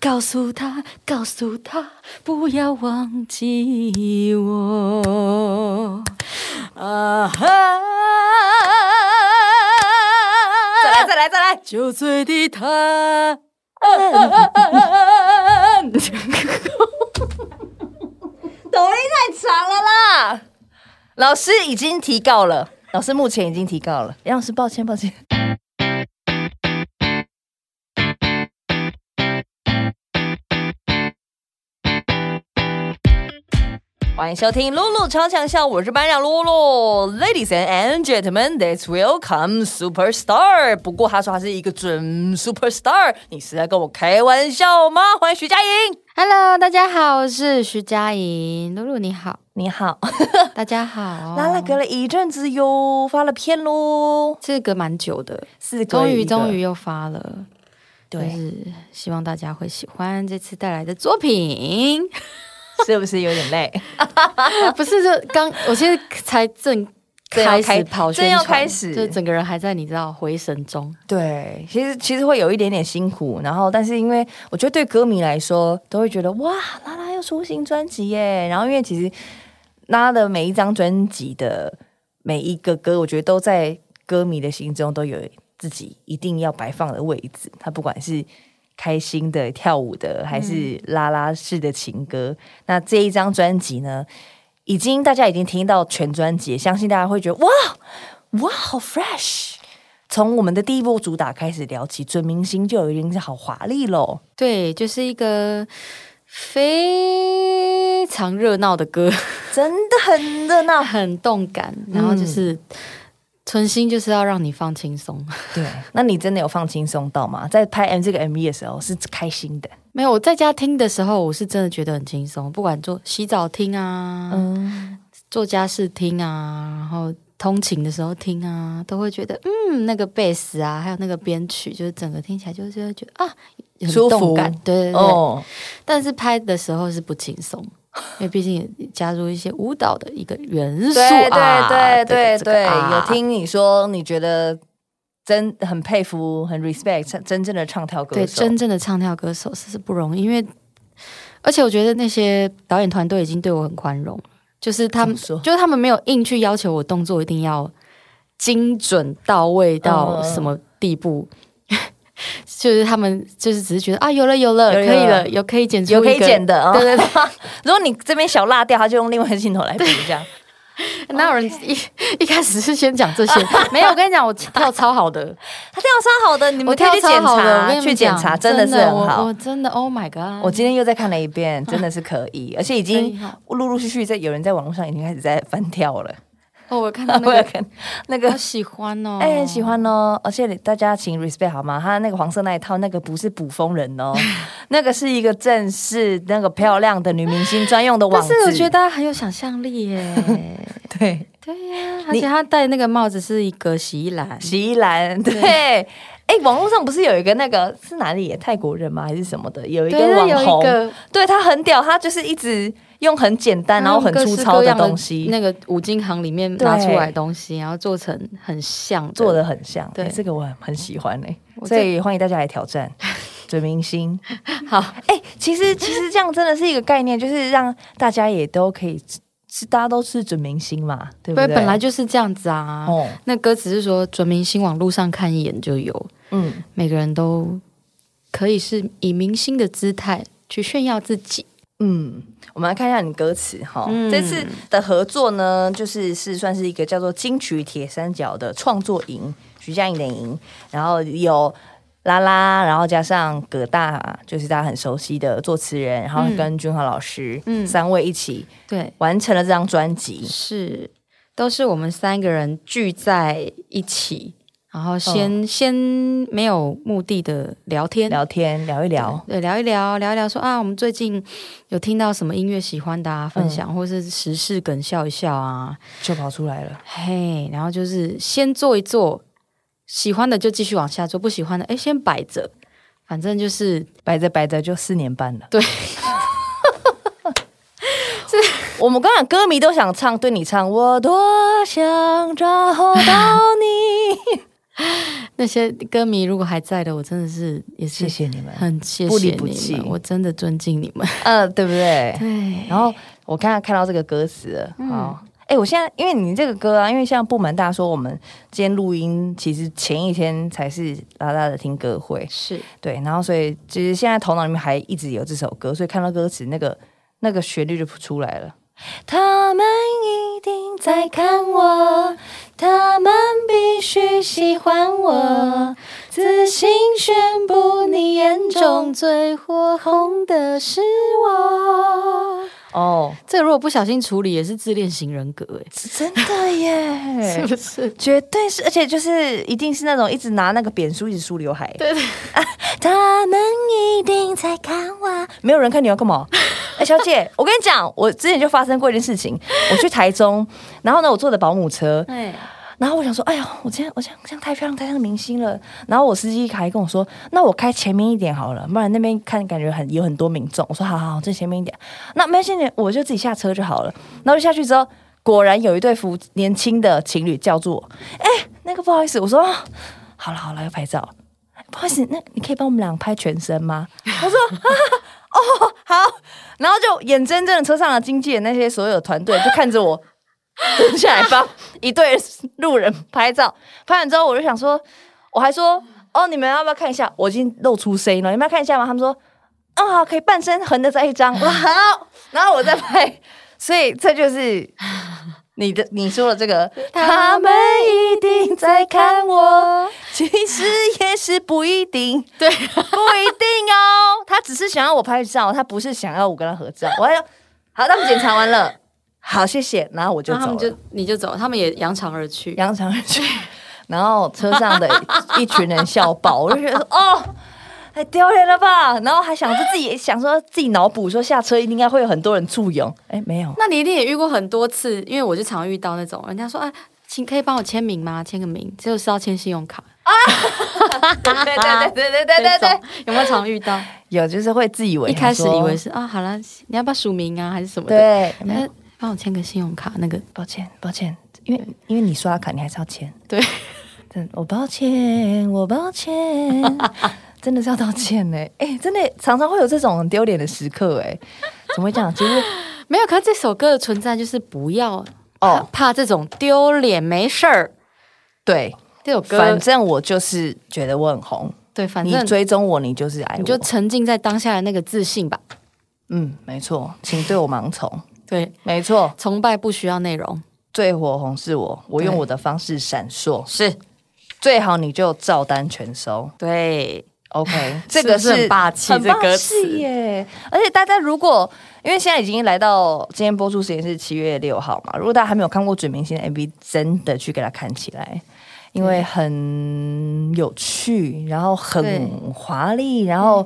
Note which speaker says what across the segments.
Speaker 1: 告诉他，告诉他，不要忘记我。啊哈！
Speaker 2: 再来，再来，再来！
Speaker 1: 酒醉的他。抖音
Speaker 2: 太长了啦！老师已经提告了，老师目前已经提告了。杨老师，抱歉，抱歉。欢迎收听《露露超强笑》，我是班长露露。Ladies and gentlemen, let's welcome superstar。不过他说他是一个准 superstar，你是在跟我开玩笑吗？欢迎徐佳莹，
Speaker 3: Hello，大家好，我是徐佳莹，露露你好，
Speaker 2: 你好。
Speaker 3: 大家好。
Speaker 2: 拉拉隔了一阵子哟，发了片喽，
Speaker 3: 这个蛮久的，
Speaker 2: 四个
Speaker 3: 终于
Speaker 2: 一个
Speaker 3: 终于又发了，就
Speaker 2: 对，
Speaker 3: 是希望大家会喜欢这次带来的作品。
Speaker 2: 是不是有点累？
Speaker 3: 不是，这刚我现在才正
Speaker 2: 正要
Speaker 3: 开
Speaker 2: 开
Speaker 3: 始跑宣
Speaker 2: 正要
Speaker 3: 传
Speaker 2: 开始
Speaker 3: 就整个人还在你知道回神中。
Speaker 2: 对，其实其实会有一点点辛苦，然后但是因为我觉得对歌迷来说，都会觉得哇，拉拉又出新专辑耶，然后因为其实拉拉的每一张专辑的每一个歌，我觉得都在歌迷的心中都有自己一定要摆放的位置，他不管是。开心的、跳舞的，还是拉拉式的情歌。那这一张专辑呢，已经大家已经听到全专辑，相信大家会觉得哇哇，好 fresh！从我们的第一波主打开始聊起，准明星就已经是好华丽喽。
Speaker 3: 对，就是一个非常热闹的 歌，
Speaker 2: 真的很热闹。
Speaker 3: 很动感，然后就是。
Speaker 2: 嗯
Speaker 3: 存心就是要让你放轻松，
Speaker 2: 对，那你真的有放轻松到吗？在拍 M 这个 MV 的时候是开心的，
Speaker 3: 没有，我在家听的时候，我是真的觉得很轻松，不管做洗澡听啊，
Speaker 2: 嗯，
Speaker 3: 做家事听啊，然后通勤的时候听啊，都会觉得嗯，那个贝斯啊，还有那个编曲，就是整个听起来就是会觉得啊，很
Speaker 2: 舒服
Speaker 3: 动感，对对对。
Speaker 2: 哦，
Speaker 3: 但是拍的时候是不轻松。因为毕竟也加入一些舞蹈的一个元素
Speaker 2: 对
Speaker 3: 啊，
Speaker 2: 对对对
Speaker 3: 这个
Speaker 2: 对，有。
Speaker 3: 这个啊
Speaker 2: 听你说，你觉得真很佩服，很 respect 唱真正的唱跳歌手，
Speaker 3: 对，真正的唱跳歌手是是不容易，因为而且我觉得那些导演团队已经对我很宽容，就是他们，
Speaker 2: 怎么说
Speaker 3: 就是他们没有硬去要求我动作一定要精准到位到
Speaker 2: 嗯
Speaker 3: 什么地步。 就是他们就是只是觉得啊，有了有了，
Speaker 2: 有了
Speaker 3: 可以
Speaker 2: 有了
Speaker 3: 了，有可以剪出
Speaker 2: 有可
Speaker 3: 一
Speaker 2: 以
Speaker 3: 个
Speaker 2: 剪的啊。
Speaker 3: 对对
Speaker 2: 对，如果你这边小落掉，他就用另外一个镜头来补这样。
Speaker 3: 哪有人一 一开始是先讲这 些？没有，我跟你讲，我跳超好的，
Speaker 2: 他跳超好的，你
Speaker 3: 我
Speaker 2: 们可以
Speaker 3: 跳
Speaker 2: 去
Speaker 3: 超
Speaker 2: 检
Speaker 3: 好的，我跟你
Speaker 2: 查，
Speaker 3: 们
Speaker 2: 去检
Speaker 3: 讲
Speaker 2: 查真的是很好
Speaker 3: 我。我真的 Oh my God！
Speaker 2: 我今天又再看了一遍，真的是可以，而且已
Speaker 3: 可以
Speaker 2: 经
Speaker 3: 哈
Speaker 2: 陆陆续续在有人在网络上已经开始在翻跳了。
Speaker 3: 哦，我看到那
Speaker 2: 我有
Speaker 3: 个，
Speaker 2: 看那
Speaker 3: 好
Speaker 2: 个，
Speaker 3: 喜欢哦，
Speaker 2: 哎、喜欢哦！而且大家请 respect 好吗？他那个黄色那一套，那个不是捕风人 哦，那个是一个正式那个漂亮的女明星专用的网
Speaker 3: 但
Speaker 2: 子。
Speaker 3: 是我觉得他很有想象力耶。
Speaker 2: 对，
Speaker 3: 对呀、而且他戴那个帽子是一个洗衣篮，
Speaker 2: 席兰对。哎、网络上不是有一个那个是哪里耶？泰国人吗？还是什么的？有一个
Speaker 3: 对那有
Speaker 2: 网
Speaker 3: 一
Speaker 2: 红，
Speaker 3: 个
Speaker 2: 对他很屌，他就是一直用很简单然后很
Speaker 3: 各
Speaker 2: 粗
Speaker 3: 式
Speaker 2: 糙
Speaker 3: 各
Speaker 2: 的
Speaker 3: 样
Speaker 2: 东西，
Speaker 3: 那个五金行里面
Speaker 2: 对
Speaker 3: 拿出来的东西，然后做成很像
Speaker 2: 做的很像。
Speaker 3: 对
Speaker 2: 欸这个我很很喜欢哎、
Speaker 3: 我
Speaker 2: 所
Speaker 3: 这
Speaker 2: 以欢迎大家来挑 战准明星。
Speaker 3: 好，
Speaker 2: 哎、其实其实这样真的是一个概念，就是让大家也都可以是大家都是准明星嘛，对
Speaker 3: 对，
Speaker 2: 不对？
Speaker 3: 本来就是这样子啊。
Speaker 2: 哦，
Speaker 3: 那歌词是说，准明星网路上看一眼就有，
Speaker 2: 嗯，
Speaker 3: 每个人都可以是以明星的姿态去炫耀自己。
Speaker 2: 嗯，我们来看一下你歌词哈。
Speaker 3: 嗯
Speaker 2: 这次的合作呢，就是是算是一个叫做金曲铁三角的创作营，徐佳莹的营，然后有拉拉，然后加上葛大，就是大家很熟悉的作词人，然后跟君豪老师，嗯，
Speaker 3: 嗯
Speaker 2: 三位一起
Speaker 3: 对，
Speaker 2: 完成了这张专辑。
Speaker 3: 是，都是我们三个人聚在一起，然后先、先没有目的的聊天，
Speaker 2: 哦聊天聊一聊，
Speaker 3: 对，聊一聊，聊一聊说啊，我们最近有听到什么音乐喜欢的啊，分
Speaker 2: 嗯
Speaker 3: 享、或是时事梗笑一笑啊，
Speaker 2: 就跑出来了。
Speaker 3: 嘿，然后就是先做一做，喜欢的就继续往下做，不喜欢的哎先摆着，反正就是
Speaker 2: 摆着摆着就四年半了。
Speaker 3: 对
Speaker 2: 我们刚刚歌迷都想唱，对你唱，我多想找到你。
Speaker 3: 那些歌迷如果还在的，我真的是也是
Speaker 2: 谢谢你 们，
Speaker 3: 很谢
Speaker 2: 不
Speaker 3: 谢
Speaker 2: 离
Speaker 3: 你
Speaker 2: 不弃
Speaker 3: 们，我真的尊敬你们。
Speaker 2: 呃，对不 对？
Speaker 3: 对，
Speaker 2: 然后我刚才看到这个歌词了，好，哎、我现在因为你这个歌啊，因为像不瞒大家说，我们今天录音其实前一天才是拉拉的听歌会，
Speaker 3: 是
Speaker 2: 对，然后所以其实现在头脑里面还一直有这首歌，所以看到歌词那个那个旋律就出来了。他们一定在看我，他们必须喜欢我，自信宣布你眼中
Speaker 3: 最火红的是我。
Speaker 2: 哦，
Speaker 3: 这如果不小心处理，也是自恋型人格哎、
Speaker 2: 真的 耶，
Speaker 3: 是不是？
Speaker 2: 绝对是，而且就是一定是那种一直拿那个扁梳一直梳刘海。对对、 他们一定在看我，没有人看你要干 嘛？哎、小姐，我跟你讲，我之前就发生过一件事情，我去台中，然后呢，我坐的保姆车，
Speaker 3: 对，
Speaker 2: 然后我想说，哎呀，我今天我这样这样太漂亮，太像明星了。然后我司机还跟我说，那我开前面一点好了，不然那边看感觉很有很多民众。我说好好好，这前面一点。那没关系，我就自己下车就好了。然后就下去之后，果然有一对夫年轻的情侣叫住我，哎，那个不好意思，我说好了好了，要拍照。不好意思，那你可以帮我们俩拍全身吗？我说、 啊、哦好，然后就眼睁睁的车上的经纪人那些所有的团队就看着我。蹲 下来帮一对路人拍照。拍完之后，我就想说，我还说，哦，你们要不要看一下？我已经露出声音了，你们要看一下吗？他们说，哦，好，可以半身横的再一张。 我说好，然后我再拍。所以这就是你的你说的这个， 他们一定在看我，其实也是不一 定，
Speaker 3: 对
Speaker 2: 不一定哦。他只是想要我拍照，他不是想要我跟他合照。我还要好，他们检查完了，好，谢谢，然后我就
Speaker 3: 然
Speaker 2: 走
Speaker 3: 后他
Speaker 2: 了。
Speaker 3: 们就你就走，他们也扬长而去。
Speaker 2: 扬长而去， 然后车上 的一群人笑爆，我就觉得说哦。太丢脸了吧！然后还想着自己想说自己脑补说下车应该会有很多人簇拥，哎，没有，
Speaker 3: 那你一定也遇过很多次，因为我就常遇到那种人家说，哎，请可以帮我签名吗？签个名，就是要签信用卡。
Speaker 2: 对对对对对对
Speaker 3: 这
Speaker 2: 对对
Speaker 3: 种，有没有常遇到？
Speaker 2: 有就是会自以为
Speaker 3: 一开始
Speaker 2: 想说哦
Speaker 3: 以为是啊，好了，你要不要署名啊，还是什么的？
Speaker 2: 对，没有
Speaker 3: 哎帮我签个信用卡，那个
Speaker 2: 抱歉抱歉，因为因为你刷卡你还是要钱，
Speaker 3: 对，
Speaker 2: 真的我抱歉我抱歉，真的是要道歉呢，哎，真的常常会有这种很丢脸的时刻，哎，怎么会这样？其实
Speaker 3: 没有。可是这首歌的存在就是不要怕
Speaker 2: 哦，
Speaker 3: 怕这种丢脸没事儿。
Speaker 2: 对，
Speaker 3: 这首歌
Speaker 2: 反正我就是觉得我很红，
Speaker 3: 对，反
Speaker 2: 你
Speaker 3: 正
Speaker 2: 追踪我，你就是爱我。
Speaker 3: 你就沉浸在当下的那个自信吧。
Speaker 2: 嗯，没错，请对我 盲从。
Speaker 3: 对，
Speaker 2: 没错，
Speaker 3: 崇拜不需要内容，
Speaker 2: 最火红是我，我用
Speaker 3: 对
Speaker 2: 我的方式闪烁。
Speaker 3: 是
Speaker 2: 最好你就照单全收。
Speaker 3: 对，
Speaker 2: OK，这个
Speaker 3: 是不是很霸气
Speaker 2: 很
Speaker 3: 这歌
Speaker 2: 霸
Speaker 3: 词
Speaker 2: 气耶！而且大家如果因为现在已经来到今天播出时间是七月六号嘛，如果大家还没有看过准明星的 MV，真的去给他看起来，因为很有趣，然后
Speaker 3: 对嗯
Speaker 2: 很华丽，然后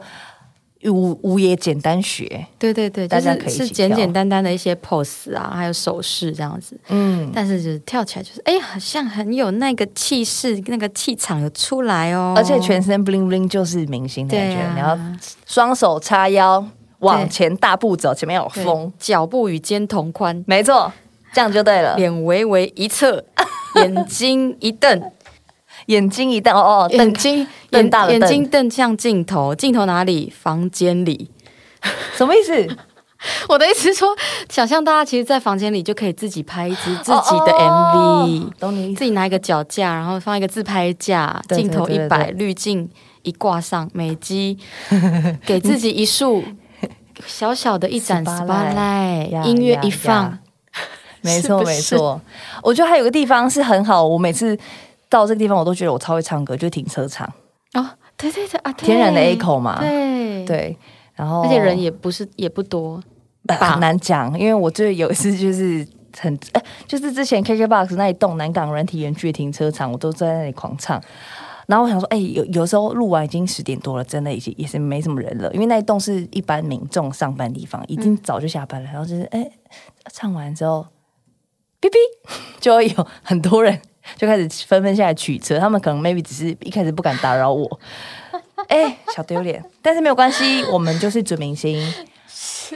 Speaker 2: 舞舞也简单学，
Speaker 3: 对对对，
Speaker 2: 大家
Speaker 3: 就是
Speaker 2: 可以一起
Speaker 3: 是简
Speaker 2: 跳
Speaker 3: 简单单的一些 pose 啊，还有手势这样子，
Speaker 2: 嗯，
Speaker 3: 但是就是跳起来就是，哎，好像很有那个气势，那个气场有出来哦，
Speaker 2: 而且全身 bling bling 就是明星的感
Speaker 3: 对
Speaker 2: 觉，
Speaker 3: 啊，
Speaker 2: 然后双手叉腰往前大步走，前面有
Speaker 3: 对
Speaker 2: 风，
Speaker 3: 脚步与肩同宽，
Speaker 2: 没错，这样就对了。
Speaker 3: 脸微微一 侧，眼睛一瞪，
Speaker 2: 眼睛一瞪，哦哦，瞪
Speaker 3: 眼睛
Speaker 2: 瞪大了
Speaker 3: 眼
Speaker 2: 瞪
Speaker 3: 眼睛瞪向镜头，镜头哪里？房间里。
Speaker 2: 什么意思？
Speaker 3: 我的意思是说，想象大家其实，在房间里就可以自己拍一支自己的 MV，、
Speaker 2: 哦哦懂你意思
Speaker 3: 自己拿一个脚架，然后放一个自拍架，
Speaker 2: 对对
Speaker 3: 镜头
Speaker 2: 对
Speaker 3: 一
Speaker 2: 对
Speaker 3: 摆，
Speaker 2: 对
Speaker 3: 滤镜一挂上，美 肌，给自己一束小小的一盏
Speaker 2: Spotlight
Speaker 3: spotlight，
Speaker 2: 呀
Speaker 3: 音乐
Speaker 2: 呀
Speaker 3: 一放
Speaker 2: 呀，没错
Speaker 3: 是不是
Speaker 2: 没错。我觉得还有个地方是很好，我每次到这个地方，我都觉得我超会唱歌，就是停车场，
Speaker 3: 哦，对对对啊，对
Speaker 2: 天然的 echo 嘛，
Speaker 3: 对，
Speaker 2: 对。然后
Speaker 3: 而且人也不是也不多，
Speaker 2: 呃
Speaker 3: 吧
Speaker 2: 很难讲，因为我最有一次就是很， 呃就是之前 KKBOX 那一栋南港软体园区的停车场，我都在那里狂唱。然后我想说，哎、有有时候录完已经十点多了，真的已经也是没什么人了，因为那一栋是一般民众上班地方，已经早就下班了。然后就是，哎、唱完之后，哔哔，就会有很多人就开始纷纷下来取车，他们可能 maybe 只是一开始不敢打扰我，哎、小丢脸，但是没有关系，我们就是准明星，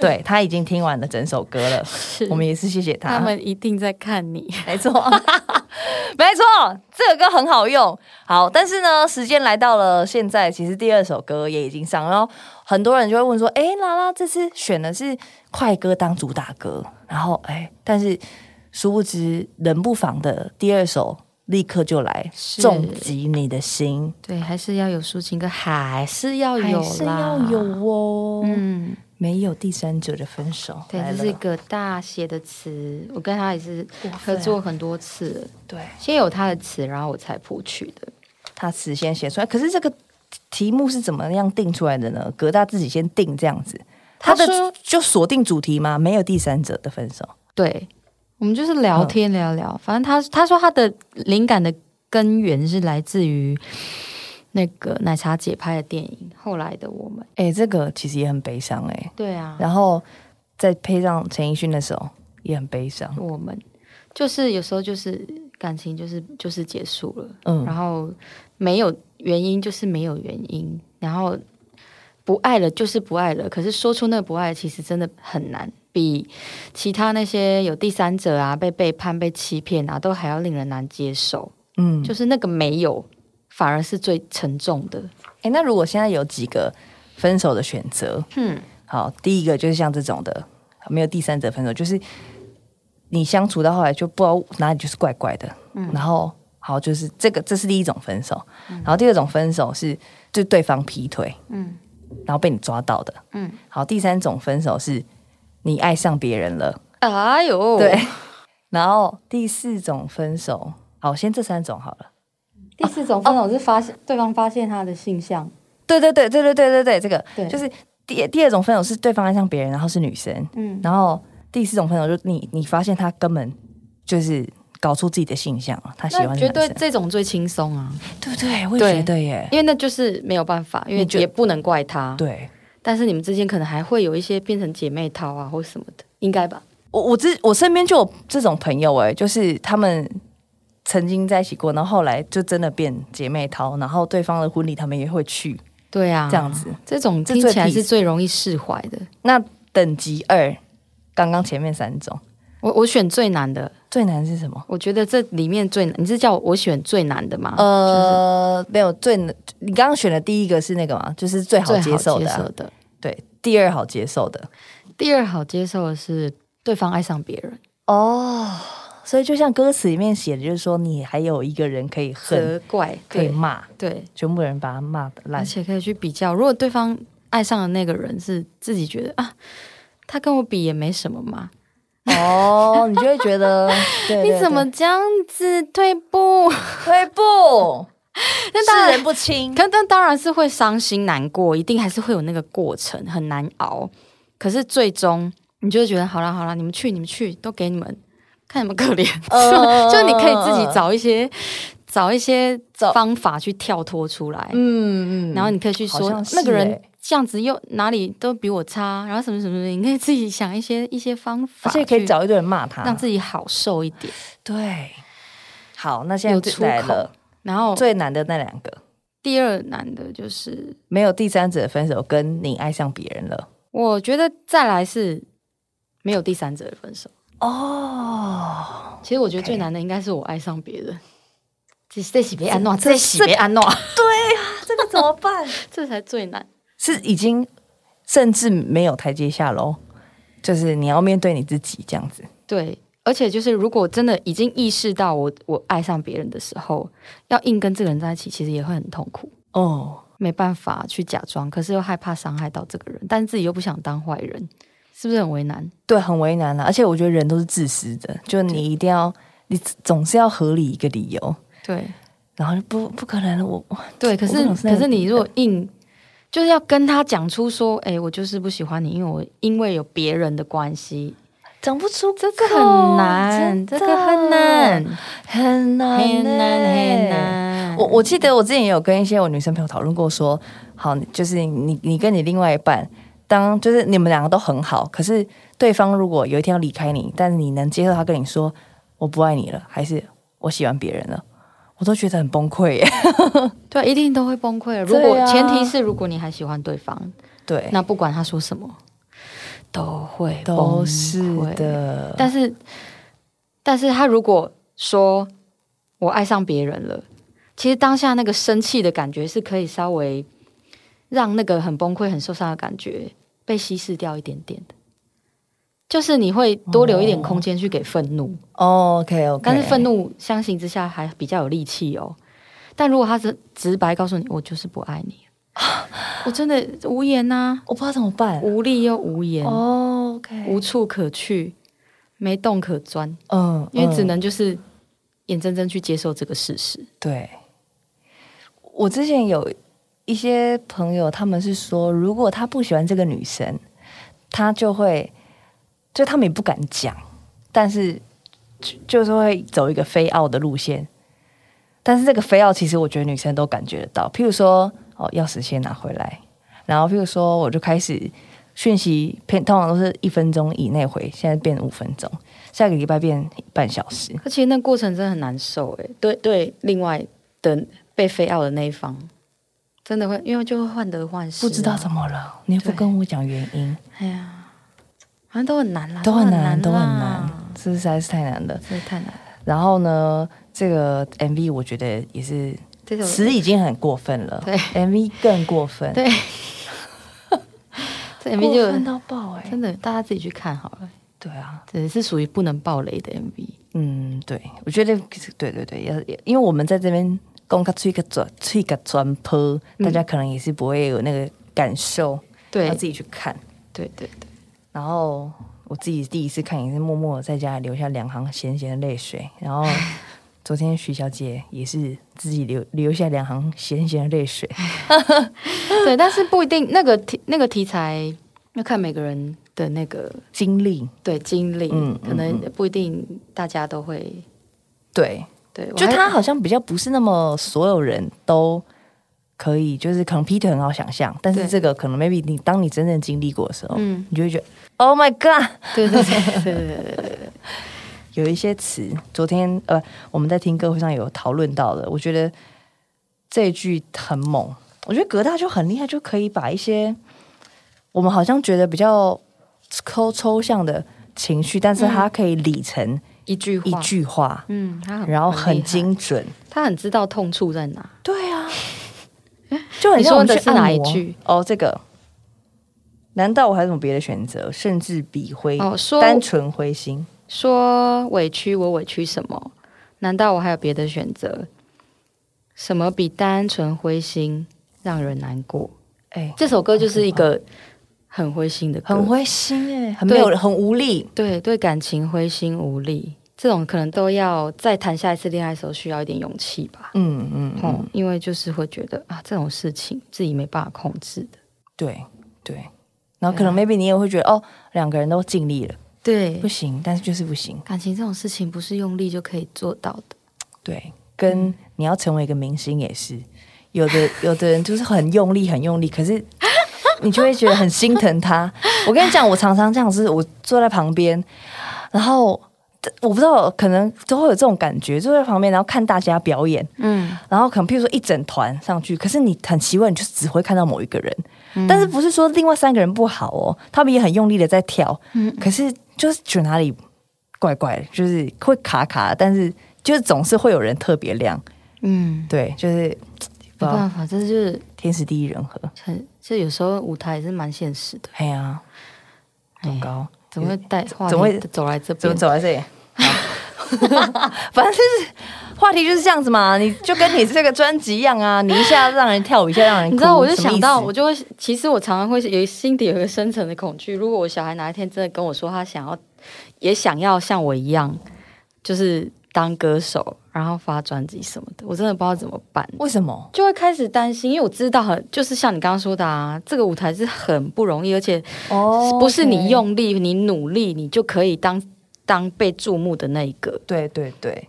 Speaker 2: 对他已经听
Speaker 3: 啊
Speaker 2: 完了整首歌了，我们也是谢谢他，
Speaker 3: 他们一定在看你。
Speaker 2: 没错， 没错，这个歌很好用。好，但是呢，时间来到了现在，其实第二首歌也已经上，然后很多人就会问说：“哎，拉拉这次选的是快歌当主打歌，然后哎，但是殊不知人不妨的第二首立刻就来
Speaker 3: 是
Speaker 2: 重击你的心，
Speaker 3: 对，还是要有抒情歌，还是要有啦，
Speaker 2: 还是要有哦，
Speaker 3: 嗯。
Speaker 2: 没有第三者的分手，
Speaker 3: 对，
Speaker 2: 来
Speaker 3: 这
Speaker 2: 了
Speaker 3: 是一个大写的词，我跟他也是合
Speaker 2: 分
Speaker 3: 作很多次了，
Speaker 2: 对。”
Speaker 3: 先有他的词，然后我才谱曲的。
Speaker 2: 他词先写出来。可是这个题目是怎么样定出来的呢？葛大自己先定这样子，他
Speaker 3: 他
Speaker 2: 的
Speaker 3: 说
Speaker 2: 就锁定主题吗？没有第三者的分手，
Speaker 3: 对，我们就是聊
Speaker 2: 嗯
Speaker 3: 天聊聊，反正他他说他的灵感的根源是来自于那个奶茶姐拍的电影《后来的我们》。
Speaker 2: 哎、这个其实也很悲伤哎、
Speaker 3: 对啊，
Speaker 2: 然后再配上陈奕迅的手，也很悲伤。
Speaker 3: 我们就是有时候就是感情就是就是结束了，然
Speaker 2: 嗯，
Speaker 3: 后没有原因就是没有原因，然后不爱了就是不爱了。可是说出那个不爱，其实真的很难，比其他那些有第三者啊、被背叛、被欺骗啊，都还要令人难接受。
Speaker 2: 嗯，
Speaker 3: 就是那个没有，反而是最沉重的。
Speaker 2: 哎、那如果现在有几个分手的选择，
Speaker 3: 嗯，
Speaker 2: 好，第一个就是像这种的，没有第三者分手，就是你相处到后来就不知道哪里就是怪怪的，
Speaker 3: 嗯
Speaker 2: 然后好就是这个这是第一种分手，然后第二种分手是就对方劈腿，
Speaker 3: 嗯
Speaker 2: 然后被你抓到的，
Speaker 3: 嗯，
Speaker 2: 好，第三种分手是你爱上别人了，
Speaker 3: 哎呦，
Speaker 2: 对， 然后第四种分手，好，先这三种好了。
Speaker 3: 第四种分手是发现、对方发现他的性向，
Speaker 2: 对对对对对对对对，这个
Speaker 3: 对
Speaker 2: 就是第第二种分手是对方爱上别人，然后是女生，
Speaker 3: 嗯，
Speaker 2: 然后第四种分手就是你你发现他根本就是搞出自己的性向了，他喜欢
Speaker 3: 那
Speaker 2: 的
Speaker 3: 绝
Speaker 2: 男
Speaker 3: 对
Speaker 2: 生
Speaker 3: 这种最轻松啊，
Speaker 2: 对不对？我也觉得耶，
Speaker 3: 因为那就是没有办法，因为
Speaker 2: 你觉
Speaker 3: 也不能怪他，
Speaker 2: 对
Speaker 3: 但是你们之间可能还会有一些变成姐妹淘啊，或什么的，应该吧？
Speaker 2: 我我之我身边就有这种朋友哎，就是他们曾经在一起过，然后后来就真的变姐妹淘，然后对方的婚礼他们也会去
Speaker 3: 对啊，
Speaker 2: 这样子。
Speaker 3: 这种
Speaker 2: 这
Speaker 3: 听
Speaker 2: 最
Speaker 3: 起来
Speaker 2: peace
Speaker 3: 是最容易释怀的。
Speaker 2: 那等级二，刚刚前面三种
Speaker 3: 我我选最难的，
Speaker 2: 最难是什么？
Speaker 3: 我觉得这里面最难，你是叫我选最难的吗？是
Speaker 2: 呃，没有最，你刚刚选的第一个是那个嘛，就是最
Speaker 3: 不是
Speaker 2: 好
Speaker 3: 最
Speaker 2: 接
Speaker 3: 好
Speaker 2: 受
Speaker 3: 接
Speaker 2: 的啊、
Speaker 3: 受的，
Speaker 2: 对，第二好接受的。
Speaker 3: 第二好接受的是对方爱上别人，
Speaker 2: 哦，所以就像歌词里面写的，就是说你还有一个人可以恨，
Speaker 3: 责怪，
Speaker 2: 可以
Speaker 3: 对
Speaker 2: 嗯骂，
Speaker 3: 对，
Speaker 2: 全部人把他骂
Speaker 3: 而
Speaker 2: 烂。
Speaker 3: 且可以去比较，如果对方爱上的那个人是自己觉得啊，他跟我比也没什么嘛，
Speaker 2: 哦，你就会觉 得，对
Speaker 3: 你怎么这样子退步？
Speaker 2: 退步？
Speaker 3: 那当然
Speaker 2: 世人不清。
Speaker 3: 可但当然是会伤心难过，一定还是会有那个过程，很难熬。可是最终你就会觉得，好啦好啦，你们去你们去，都给你们，看你们可怜。
Speaker 2: 嗯
Speaker 3: 就你可以自己找一些找一些方法去跳脱出来，
Speaker 2: 嗯嗯
Speaker 3: 然后你可以去
Speaker 2: 好
Speaker 3: 说、
Speaker 2: 像是
Speaker 3: 那个人
Speaker 2: 欸
Speaker 3: 这样子又哪里都比我差，然后什么什么什么，你可以自己想一些一些方法，
Speaker 2: 而且可以找一堆人骂他，
Speaker 3: 让自己好受一点。
Speaker 2: 对。好，那现
Speaker 3: 有
Speaker 2: 在
Speaker 3: 出
Speaker 2: 最来
Speaker 3: 口
Speaker 2: 了，
Speaker 3: 然后
Speaker 2: 最难的那两个，
Speaker 3: 第二难的就是
Speaker 2: 没有第三者的分手，跟你爱上别人了。
Speaker 3: 我觉得再来是没有第三者的分手。
Speaker 2: 哦，
Speaker 3: 其实我觉得最
Speaker 2: OK
Speaker 3: 难的应该是我爱上别人。这这喜别安诺，
Speaker 2: 这
Speaker 3: 这喜别安诺，啊
Speaker 2: 这个怎么办？
Speaker 3: 这才最难。
Speaker 2: 是已经甚至没有台阶下喽，就是你要面对你自己这样子。
Speaker 3: 对，而且就是如果真的已经意识到我我爱上别人的时候，要硬跟这个人在一起，其实也会很痛苦，
Speaker 2: 哦，
Speaker 3: 没办法去假装，可是又害怕伤害到这个人，但是自己又不想当坏人，是不是很为难？
Speaker 2: 对，很为难了、啊而且我觉得人都是自私的，就你一定要，你总是要合理一个理由，
Speaker 3: 对
Speaker 2: 然后就不不可能，我我
Speaker 3: 对，可
Speaker 2: 我
Speaker 3: 是
Speaker 2: 不懂是那
Speaker 3: 可是
Speaker 2: 个
Speaker 3: 你如果硬。就是要跟他讲出说，哎、我就是不喜欢你，因为我因为有别人的关系，
Speaker 2: 讲不出口，
Speaker 3: 这个很难，这
Speaker 2: 哦真的
Speaker 3: 个很难，
Speaker 2: 很难
Speaker 3: 很难
Speaker 2: 欸
Speaker 3: 很难。
Speaker 2: 我我记得我之前也有跟一些我女生朋友讨论过说好，就是你你跟你另外一半，当就是你们两个都很好，可是对方如果有一天要离开你，但是你能接受他跟你说我不爱你了，还是我喜欢别人了，我都觉得很崩溃耶。
Speaker 3: 对，啊一定都会崩溃的。如
Speaker 2: 对
Speaker 3: 果、
Speaker 2: 啊
Speaker 3: 前提是如果你还喜欢对方，
Speaker 2: 对，
Speaker 3: 那不管他说什么，都会崩
Speaker 2: 都是
Speaker 3: 溃。
Speaker 2: 的，
Speaker 3: 但是，但是他如果说我爱上别人了。其实当下那个生气的感觉是可以稍微让那个很崩溃、很受伤的感觉被稀释掉一点点的，就是你会多留一点空间去给愤怒。
Speaker 2: OK 哦 OK，
Speaker 3: 但是愤怒相形之下还比较有力气哦。但如果他是直白告诉你，我就是不爱 你，我真的无言呐、
Speaker 2: 我不知道怎么办。
Speaker 3: 无力又无言，
Speaker 2: 哦 OK，
Speaker 3: 无处可去，没洞可钻，
Speaker 2: 嗯，
Speaker 3: 因为只
Speaker 2: 嗯
Speaker 3: 能就是眼睁睁去接受这个事实。
Speaker 2: 对，我之前有一些朋友，他们是说，如果他不喜欢这个女生，他就会，就他们也不敢讲，但是就就是会走一个非傲的路线。但是这个非傲，其实我觉得女生都感觉得到。譬如说，哦，钥匙先拿回来，然后譬如说，我就开始讯息片，通常都是一分钟以内回，现在变五分钟，下个礼拜变半小时。
Speaker 3: 可其实那过程真的很难受诶，对对，另外的被非要的那一方，真的会因为就会患得患失、
Speaker 2: 不知道啊怎
Speaker 3: 么，
Speaker 2: 么了，你又不
Speaker 3: 对
Speaker 2: 跟我讲原因，
Speaker 3: 哎呀，反正都很啊难啦，啊
Speaker 2: 都很难，都
Speaker 3: 都
Speaker 2: 很难
Speaker 3: 啦，，
Speaker 2: 这实在是太难了。
Speaker 3: 真的太难了。
Speaker 2: 然后呢，这个 MV 我觉得也是
Speaker 3: 这首
Speaker 2: 词已经很过分了，
Speaker 3: 对
Speaker 2: MV 更过分，
Speaker 3: 对，这 MV
Speaker 2: 过分
Speaker 3: 就
Speaker 2: 到爆哎、
Speaker 3: 真的大家自己去看好了，
Speaker 2: 对啊，
Speaker 3: 这是属于不能爆雷的 MV。
Speaker 2: 嗯，对，我觉得对对对，要也因为我们在这边公开吹个转吹个转坡，大家可能也是不会有那个感受，
Speaker 3: 嗯对
Speaker 2: 要自己去看。
Speaker 3: 对对对，
Speaker 2: 然后我自己第一次看也是默默地在家流下两行咸咸的泪水。然后昨天徐小姐也是自己流流下两行咸咸的泪水。
Speaker 3: 对，但是不一定那个题那个题材要看每个人的那个
Speaker 2: 经历，
Speaker 3: 对经历，
Speaker 2: 嗯
Speaker 3: 可能不一定大家都会。
Speaker 2: 对，
Speaker 3: 对，我
Speaker 2: 就
Speaker 3: 还
Speaker 2: 她好像比较不是那么所有人都可以，就是可能 Peter 很好想象，但是
Speaker 3: 对
Speaker 2: 这个可能 maybe 你当你真正经历过的时候，
Speaker 3: 嗯
Speaker 2: 你就会觉得 Oh my God，
Speaker 3: 对对 对对对对对，
Speaker 2: 有一些词，昨天呃我们在听歌会上有讨论到的，我觉得这一句很猛。我觉得格大就很厉害，就可以把一些我们好像觉得比较抽抽象的情绪，但是他可以理成
Speaker 3: 一句话，
Speaker 2: 一，句话，
Speaker 3: 嗯，他很
Speaker 2: 然后很
Speaker 3: 厉害，
Speaker 2: 精准。
Speaker 3: 他很知道痛处在哪。
Speaker 2: 对啊，就很像我们去
Speaker 3: 你说的是哪
Speaker 2: 按摩
Speaker 3: 一句？
Speaker 2: 哦，这个。难道我还有什么别的选择？甚至比灰，
Speaker 3: 哦，说
Speaker 2: 单纯灰心。
Speaker 3: 说委屈，我委屈什么？难道我还有别的选择？什么比单纯灰心让人难过？
Speaker 2: 哎、
Speaker 3: 这首歌就是一个很灰心的歌，
Speaker 2: 很灰心哎、很没有，很无力。
Speaker 3: 对对感情灰心无力，这种可能都要再谈下一次恋爱的时候需要一点勇气吧。
Speaker 2: 嗯嗯
Speaker 3: 哦、因为就是会觉得啊，这种事情自己没办法控制的。
Speaker 2: 对对。然后可能 maybe 你也会觉得哦，两个人都尽力了，
Speaker 3: 对
Speaker 2: 不，行，但是就是不行。
Speaker 3: 感情这种事情不是用力就可以做到的。
Speaker 2: 对，跟你要成为一个明星也是，有的 有的人就是很用力，很用力，可是 你就会觉得很心疼他。我跟你讲，我常常这样子，我坐在旁边，然后我不知道，可能都会有这种感觉，坐在旁边，然后看大家表演，
Speaker 3: 嗯，
Speaker 2: 然后可能譬如说一整团上去，可是你很奇怪，你就是只会看到某一个人，
Speaker 3: 嗯
Speaker 2: 但是不是说另外三个人不好哦，他们也很用力的在跳，
Speaker 3: 嗯
Speaker 2: 可是就是觉得哪里怪怪的，就是会卡卡，但是就是总是会有人特别亮，
Speaker 3: 嗯，
Speaker 2: 对，就是不知
Speaker 3: 没
Speaker 2: 道
Speaker 3: 办法，这就是
Speaker 2: 天时地利人和，
Speaker 3: 很，就有时候舞台也是蛮现实的。
Speaker 2: 哎呀，
Speaker 3: 哎
Speaker 2: 多高，
Speaker 3: 怎么会带话
Speaker 2: 怎么会
Speaker 3: 题走来这
Speaker 2: 怎么
Speaker 3: 边？
Speaker 2: 走在这里？反正就是话题就是这样子嘛，你就跟你这个专辑一样啊，你一下让人跳舞，一下让人 哭，
Speaker 3: 你知道，我就
Speaker 2: 什么意
Speaker 3: 想到，
Speaker 2: 思
Speaker 3: 我就会，其实我常常会有心底有一个深层的恐惧。如果我小孩哪一天真的跟我说他想要，也想要像我一样，就是当歌手，然后发专辑什么的，我真的不知道怎么办，
Speaker 2: 为什么？
Speaker 3: 就会开始担心，因为我知道很，就是像你刚刚说的啊，这个舞台是很不容易，而且
Speaker 2: 哦
Speaker 3: 不是你用力、你努力，你就可以当当被注目的那一个。
Speaker 2: 对对对，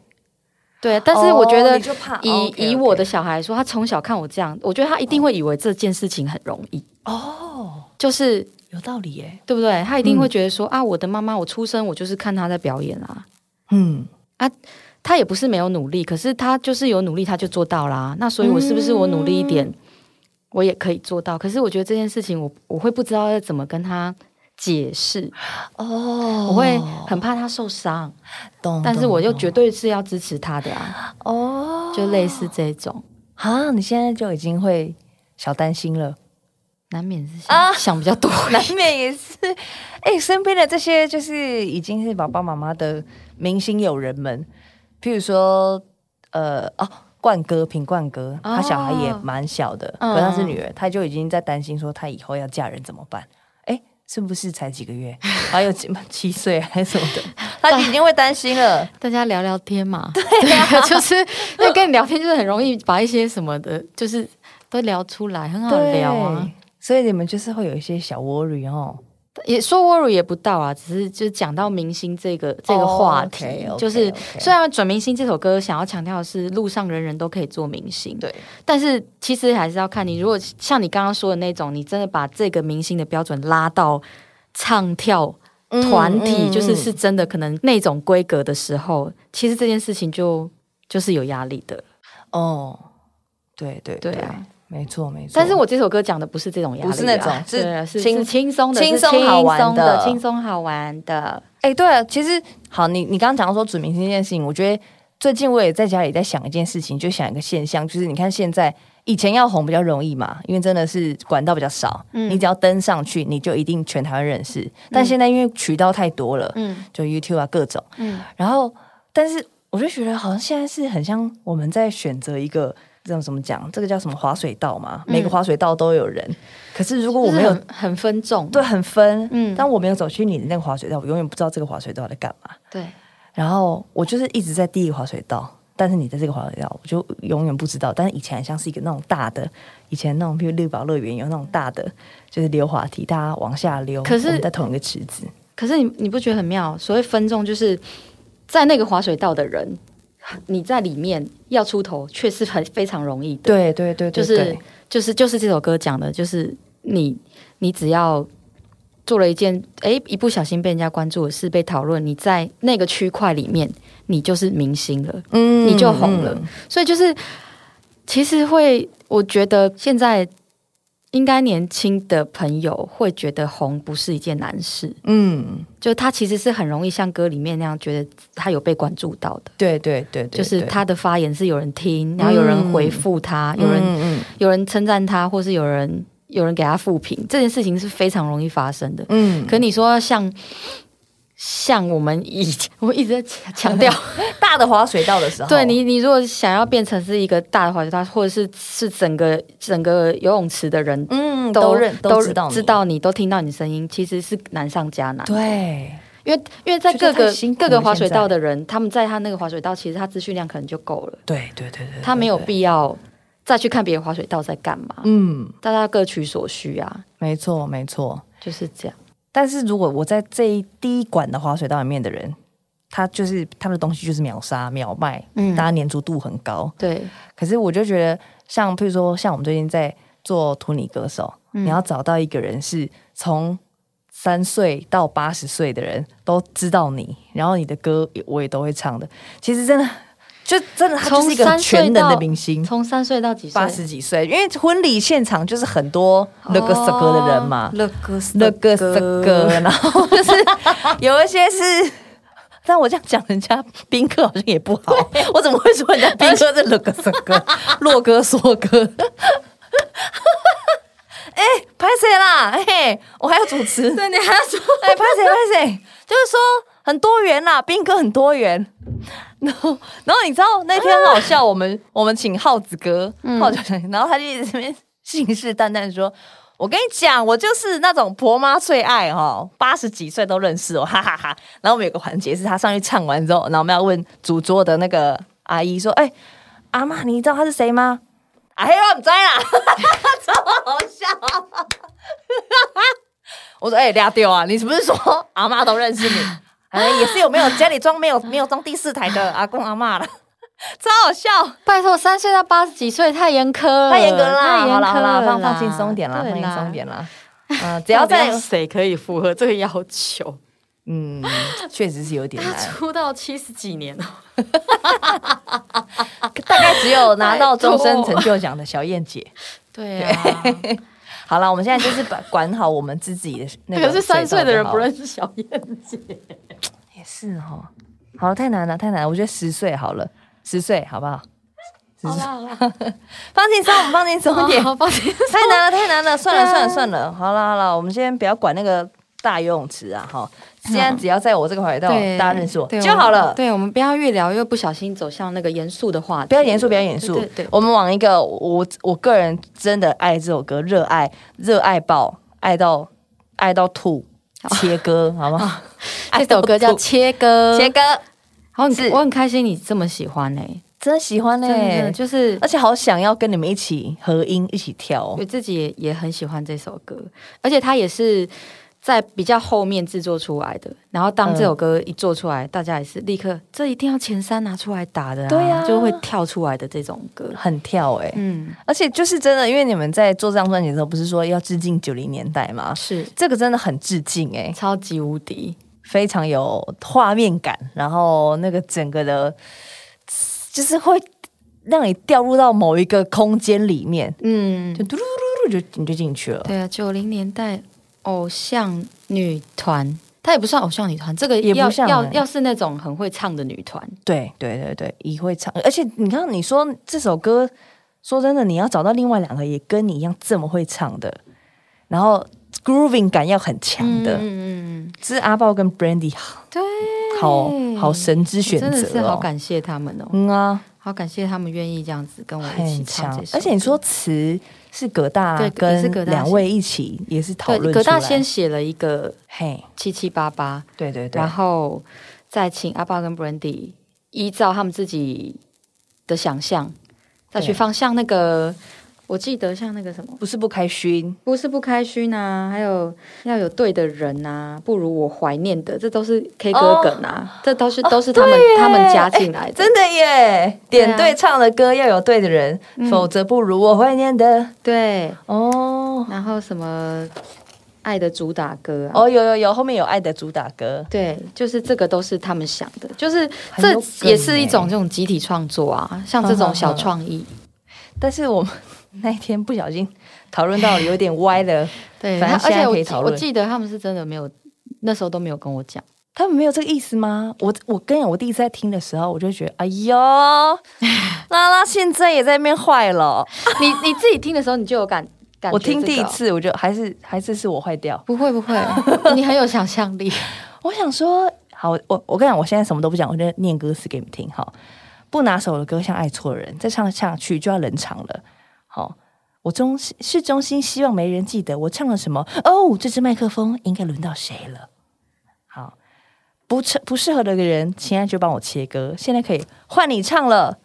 Speaker 3: 对，但是我觉
Speaker 2: 哦
Speaker 3: 得
Speaker 2: 你就怕
Speaker 3: 以、
Speaker 2: 哦，OK，OK
Speaker 3: 以我的小孩来说，他从小看我这样，我觉得他一定会以为这件事情很容易，
Speaker 2: 哦，
Speaker 3: 就是
Speaker 2: 有道理耶。
Speaker 3: 对不对？他一定会觉得说、啊，我的妈妈，我出生我就是看她在表演啊，
Speaker 2: 嗯，
Speaker 3: 她也不是没有努力，可是她就是有努力，她就做到啦。那所以，我是不是我努力一点，我也可以做到？可是我觉得这件事情我，我会不知道要怎么跟他解释，
Speaker 2: 哦
Speaker 3: 我会很怕他受伤，
Speaker 2: 懂，
Speaker 3: 但是
Speaker 2: 懂
Speaker 3: 我又
Speaker 2: 懂
Speaker 3: 绝对是要支持他的啊，
Speaker 2: 哦，
Speaker 3: 就类似这种，
Speaker 2: 啊，你现在就已经会小担心了，
Speaker 3: 难免是
Speaker 2: 啊
Speaker 3: 想想比较多。
Speaker 2: 难免也是。哎、身边的这些就是已经是爸爸妈妈的明星友人们，譬如说，呃，哦。冠哥，品冠哥，他小孩也
Speaker 3: 哦
Speaker 2: 蛮小的，
Speaker 3: 嗯
Speaker 2: 可是他是女儿，他就已经在担心说他以后要嫁人怎么办？哎、是不是才几个 月？还有几七岁还是什 么的？他已经会担心了。
Speaker 3: 大家聊聊天嘛，对啊，就是因为跟你聊天，就是很容易把一些什么的，就是都聊出来，很好聊啊
Speaker 2: 对。，所以你们就是会有一些小窝里哦。
Speaker 3: 也说 worry 也不到啊，只是就讲到明星这个这个
Speaker 2: 哦
Speaker 3: 话题
Speaker 2: OK，OK，OK
Speaker 3: 就是虽然《准明星》这首歌想要强调的是路上人人都可以做明星，
Speaker 2: 对，
Speaker 3: 但是其实还是要看你，如果像你刚刚说的那种，你真的把这个明星的标准拉到唱跳团体，
Speaker 2: 嗯
Speaker 3: 就是是真的可能那种规格的时候，其实这件事情就就是有压力的，
Speaker 2: 哦，对对
Speaker 3: 对啊。
Speaker 2: 没错没错。
Speaker 3: 但是我这首歌讲的不是这种压力啊，
Speaker 2: 不是那种是
Speaker 3: 对啊是
Speaker 2: 轻
Speaker 3: 是轻松的，是
Speaker 2: 轻松好玩的
Speaker 3: 轻松的，轻松好玩的。
Speaker 2: 哎、对了，其实好，你你刚刚讲到说指明星这件事情，我觉得最近我也在家里在想一件事情，就想一个现象，就是你看现在以前要红比较容易嘛，因为真的是管道比较少，
Speaker 3: 嗯
Speaker 2: 你只要登上去，你就一定全台湾认识。但现在因为渠道太多了，
Speaker 3: 嗯
Speaker 2: 就 YouTube 啊各种，
Speaker 3: 嗯，
Speaker 2: 然后但是我就觉得好像现在是很像我们在选择一个。这种怎么讲？这个叫什么滑水道嘛？每个滑水道都有人，可是如果我
Speaker 3: 我
Speaker 2: 没
Speaker 3: 们
Speaker 2: 有
Speaker 3: 嗯很很分众，
Speaker 2: 对，很分。嗯，
Speaker 3: 嗯
Speaker 2: 但我没有走去你的那个滑水道，我永远不知道这个滑水道在干嘛。
Speaker 3: 对
Speaker 2: 然后我就是一直在第一个滑水道，但是你在这个滑水道，我就永远不知道。但是以前很像是一个那种大的，以前那种比如绿宝乐园有那种大的，就是溜滑梯，大家往下溜，
Speaker 3: 可是
Speaker 2: 我们在同一个池子。
Speaker 3: 可是你你不觉得很妙？所谓分众，就是在那个滑水道的人，你在里面要出头，却是很非常容易的。
Speaker 2: 对对对
Speaker 3: 就
Speaker 2: 对
Speaker 3: 是
Speaker 2: 对
Speaker 3: 就是就是这首歌讲的，就是你你只要做了一件诶一不小心被人家关注的事被讨论，你在那个区块里面，你就是明星了，
Speaker 2: 嗯
Speaker 3: 你就红了。
Speaker 2: 嗯
Speaker 3: 所以就是其实会，我觉得现在。应该年轻的朋友会觉得红不是一件难事，
Speaker 2: 嗯，
Speaker 3: 就他其实是很容易像歌里面那样，觉得他有被关注到的，
Speaker 2: 对对对对，
Speaker 3: 就是
Speaker 2: 对
Speaker 3: 他的发言是有人听，然后有人回复他，有人
Speaker 2: 嗯
Speaker 3: 有人称赞他，或是有人有人给他负评，这件事情是非常容易发生的。
Speaker 2: 嗯，
Speaker 3: 可你说像像我们以前， 我一直在强强 调，
Speaker 2: 大的滑水道的时候，
Speaker 3: 对你，你如果想要变成是一个大的滑雪道，或者是是整个整个游泳池的人
Speaker 2: 嗯都认都知道你
Speaker 3: 知道你都听到你声音，其实是难上加难。
Speaker 2: 对
Speaker 3: 因为因为在
Speaker 2: 觉得
Speaker 3: 各个
Speaker 2: 太辛苦了
Speaker 3: 各个滑水道的人，他们在他那个滑水道，其实他资讯量可能就够了，
Speaker 2: 对对对对对，
Speaker 3: 他没有
Speaker 2: 对
Speaker 3: 必要再去看别人滑水道在干嘛。
Speaker 2: 嗯，
Speaker 3: 大家各取所需啊，
Speaker 2: 没错没错。
Speaker 3: 就是这样。
Speaker 2: 但是如果我在这一第一管的滑水道里面的人，他就是他们的东西就是秒杀秒卖，
Speaker 3: 嗯
Speaker 2: 大家粘着度很高。
Speaker 3: 对，
Speaker 2: 可是我就觉得，像譬如说，像我们最近在做图尼歌手，
Speaker 3: 嗯
Speaker 2: 你要找到一个人是从三岁到八十岁的人都知道你，然后你的歌我也都会唱的。其实真的，就真的他就是
Speaker 3: 从
Speaker 2: 一个
Speaker 3: 三岁
Speaker 2: 全能的
Speaker 3: 到
Speaker 2: 明星。
Speaker 3: 从三岁到几岁？
Speaker 2: 八十几岁，因为婚礼现场就是很多那个
Speaker 3: 哦
Speaker 2: 色歌的人嘛，
Speaker 3: 乐哥斯
Speaker 2: 那个这个， 然后就是有一些是，但我这样讲人家宾客好像也不好，我怎么会说人家宾客是那个这个洛哥说哥？哎，拍谁啦？嘿，我还要主持，
Speaker 3: 对，你还要 说
Speaker 2: 哎，拍谁拍谁，就是说很多元啦，宾客很多元。然后，然后你知道那天很好笑，我们我们请耗子哥，耗子哥，然后他就一直在那边信誓旦旦说：“我跟你讲，我就是那种婆妈最爱哦，八十几岁都认识哦， 哈哈哈然后我们有个环节是他上去唱完之后，然后我们要问主桌的那个阿姨说：“哎，阿妈，你知道他是谁吗？”哎呀，我不知道啦，超好笑。我说：“哎、欸，俩丢啊！你是不是说 阿妈都 认识你？哎，也是有没有家里装没有没有装第四台的阿公阿妈了？ 超好笑，
Speaker 3: 拜托，三岁到八十几岁太严苛了，
Speaker 2: 太严格啦！
Speaker 3: 太严苛
Speaker 2: 好啦好啦，
Speaker 3: 了
Speaker 2: 放放轻松点啦，
Speaker 3: 对
Speaker 2: 放轻松点啦。 嗯、只
Speaker 3: 只
Speaker 2: 要在
Speaker 3: 谁可以符合这个要求？
Speaker 2: 嗯，确实是有点
Speaker 3: 他
Speaker 2: 难，
Speaker 3: 出道七十几年哦了，
Speaker 2: 大概只有拿到终身
Speaker 3: 拜托
Speaker 2: 成就奖的小燕姐。
Speaker 3: 对啊，
Speaker 2: 好了，我们现在就是把管好我们自 己的那个。
Speaker 3: 可是三啊岁的人不，认识小燕姐，
Speaker 2: 也是哈。好了，太难了，太难了。我觉得十岁好了，十岁好不好？
Speaker 3: 好啦好啦，
Speaker 2: 放轻松，我们放轻 松一点。
Speaker 3: 好抱歉，
Speaker 2: 太难了，太难了，算了，
Speaker 3: 啊
Speaker 2: 算了，算了，好了，好了，我们先不要管那个大游泳池啊，哈，现在只要在我这个怀抱，
Speaker 3: 对
Speaker 2: 大家认识我
Speaker 3: 对
Speaker 2: 就好了。
Speaker 3: 对我们不要越聊越不小心走向那个严肃的话题，
Speaker 2: 不要严肃，不要严肃
Speaker 3: 对对对，
Speaker 2: 我们往一个我我个人真的爱这首歌，热爱热爱爆，爱到爱到吐，切歌，好不好？ 爱
Speaker 3: 哦这
Speaker 2: 到
Speaker 3: 首歌叫《
Speaker 2: 吐
Speaker 3: 切割》，
Speaker 2: 切歌，
Speaker 3: 好，你
Speaker 2: 是
Speaker 3: 我很开心你这么喜欢呢、
Speaker 2: 真喜欢呢
Speaker 3: 真，的就是
Speaker 2: 而且好想要跟你们一起合音，一起跳哦
Speaker 3: 我。自己也也很喜欢这首歌，而且它也是在比较后面制作出来的。然后当这首歌一做出来，大家也是立刻这一定要前三拿出来打的、啊，
Speaker 2: 对啊
Speaker 3: 就会跳出来的这种歌。
Speaker 2: 很跳哎、
Speaker 3: 嗯，
Speaker 2: 而且就是真的，因为你们在做这张专辑的时候，不是说要致敬九零年代吗？
Speaker 3: 是
Speaker 2: 这个真的很致敬哎、
Speaker 3: 超级无敌，
Speaker 2: 非常有画面感，然后那个整个的，就是会让你掉入到某一个空间里面，
Speaker 3: 嗯，
Speaker 2: 就嘟噜噜噜就你就进去了，
Speaker 3: 对啊，九零年代偶像女团。她也不算偶像女团，这个
Speaker 2: 也不
Speaker 3: 要
Speaker 2: 像
Speaker 3: 要
Speaker 2: 欸
Speaker 3: 要是那种很会唱的女团，
Speaker 2: 对对对对，也会唱，而且你看你说这首歌，说真的，你要找到另外两个也跟你一样这么会唱的，然后 grooving 感要很强的，
Speaker 3: 嗯嗯嗯
Speaker 2: 是阿豹跟 Brandy
Speaker 3: 嗯，对，
Speaker 2: 好好神之选择、哦，
Speaker 3: 真的是好感谢他们哦，
Speaker 2: 嗯啊，
Speaker 3: 好感谢他们愿意这样子跟我一起唱
Speaker 2: 很强
Speaker 3: 这首，歌
Speaker 2: 而且你说词是葛大
Speaker 3: 对也是
Speaker 2: 跟
Speaker 3: 葛大
Speaker 2: 两位一起也是讨
Speaker 3: 对，
Speaker 2: 论
Speaker 3: 葛大
Speaker 2: 出来
Speaker 3: 先写了一个
Speaker 2: 嘿，
Speaker 3: 七七八八，
Speaker 2: 对对对
Speaker 3: 然，后再请阿爸跟 Brandy 依照他们自己的想象，再去
Speaker 2: 对
Speaker 3: 放像那个，我记得像那个什么，
Speaker 2: 不是不开心，
Speaker 3: 不是不开心啊，还有要有对的人啊，不如我怀念的，这都是 K 歌
Speaker 2: 哦
Speaker 3: 梗啊，这都是都是他们他们加进来的，
Speaker 2: 哎真的耶，
Speaker 3: 对啊
Speaker 2: 点对唱的歌要有对的人，
Speaker 3: 啊嗯
Speaker 2: 否则不如我怀念的
Speaker 3: 对，
Speaker 2: 哦
Speaker 3: 然后什么爱的主打歌啊，
Speaker 2: 哦，有有有，后面有爱的主打歌，
Speaker 3: 对，就是这个都是他们想的，就是
Speaker 2: 很有
Speaker 3: 这也是
Speaker 2: 梗
Speaker 3: 一
Speaker 2: 欸嗯
Speaker 3: 种这种集体创作啊，像这种小创意，
Speaker 2: 但是我们那一天不小心讨论到有点歪 了，
Speaker 3: 对，
Speaker 2: 反正
Speaker 3: 他而
Speaker 2: 现在
Speaker 3: 且我
Speaker 2: 可以
Speaker 3: 记
Speaker 2: 讨
Speaker 3: 我
Speaker 2: 论
Speaker 3: 记得他们是真的没有，那时候都没有跟我讲，
Speaker 2: 他们没有这个意思吗？我我跟你讲，我第一次在听的时候，我就觉得，哎呦，拉拉现在也在那边坏了。
Speaker 3: 你你自己听的时候你就有感感觉、哦
Speaker 2: 我听第一。次，我就还是还是是我坏掉。
Speaker 3: 不会不会， 你很有想象力。
Speaker 2: 我想说，好，我我跟你讲，我现在什么都不讲，我就念歌词给你们听。好，不拿手的歌像爱错人，再唱下去就要冷场了。好，我衷心是衷心希望没人记得我唱了什么。哦，这支麦克风应该轮到谁了？好，不适不适合的人，现在就帮我切歌，现在可以换你唱了。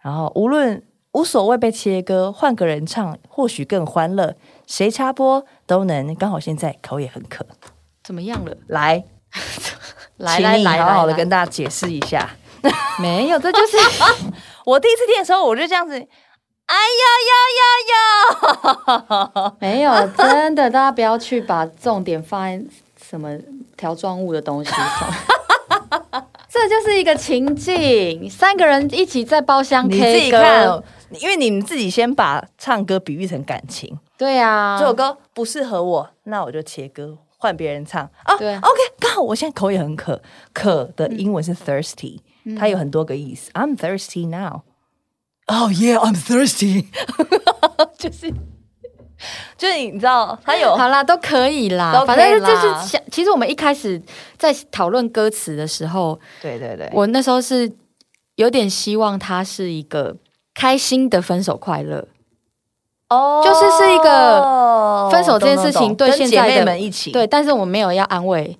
Speaker 2: 然后无论无所谓被切歌，换个人唱或许更欢乐。谁插播都能，刚好现在口也很渴，
Speaker 3: 怎么样了？
Speaker 2: 来。
Speaker 3: 来
Speaker 2: 请
Speaker 3: 来
Speaker 2: 你
Speaker 3: 来，
Speaker 2: 好好的
Speaker 3: 来
Speaker 2: 跟大家解释一下。
Speaker 3: 没有，这就是
Speaker 2: 我第一次听的时候，我就这样子，
Speaker 3: 嗯
Speaker 2: 哎呀呀呀呀！
Speaker 3: 没有真的，大家不要去把重点放在什么条状物的东西 上。这就是一个情境，三个人一起在包厢
Speaker 2: 你自
Speaker 3: K
Speaker 2: 己
Speaker 3: 歌，
Speaker 2: 看，因为你们自己先把唱歌比喻成感情，
Speaker 3: 对啊，
Speaker 2: 这首歌不适合我，那我就切歌。换别人唱啊
Speaker 3: 对
Speaker 2: ，OK，刚好我现在口也很渴，渴的英
Speaker 3: 嗯
Speaker 2: 文是 thirsty，、它有很多个意思。I'm thirsty now. Oh yeah, I'm thirsty. 就是 就是你知道，它有
Speaker 3: 好啦，都可以啦，
Speaker 2: 都可以
Speaker 3: 反正
Speaker 2: 啦
Speaker 3: 就是想。其实我们一开始在讨论歌词的时候，
Speaker 2: 对对对，
Speaker 3: 我那时候是有点希望它是一个开心的分手快乐，
Speaker 2: 哦
Speaker 3: 就是是一个分手这件事情对现在的
Speaker 2: 跟姐妹们一起，
Speaker 3: 对，但是我没有要安慰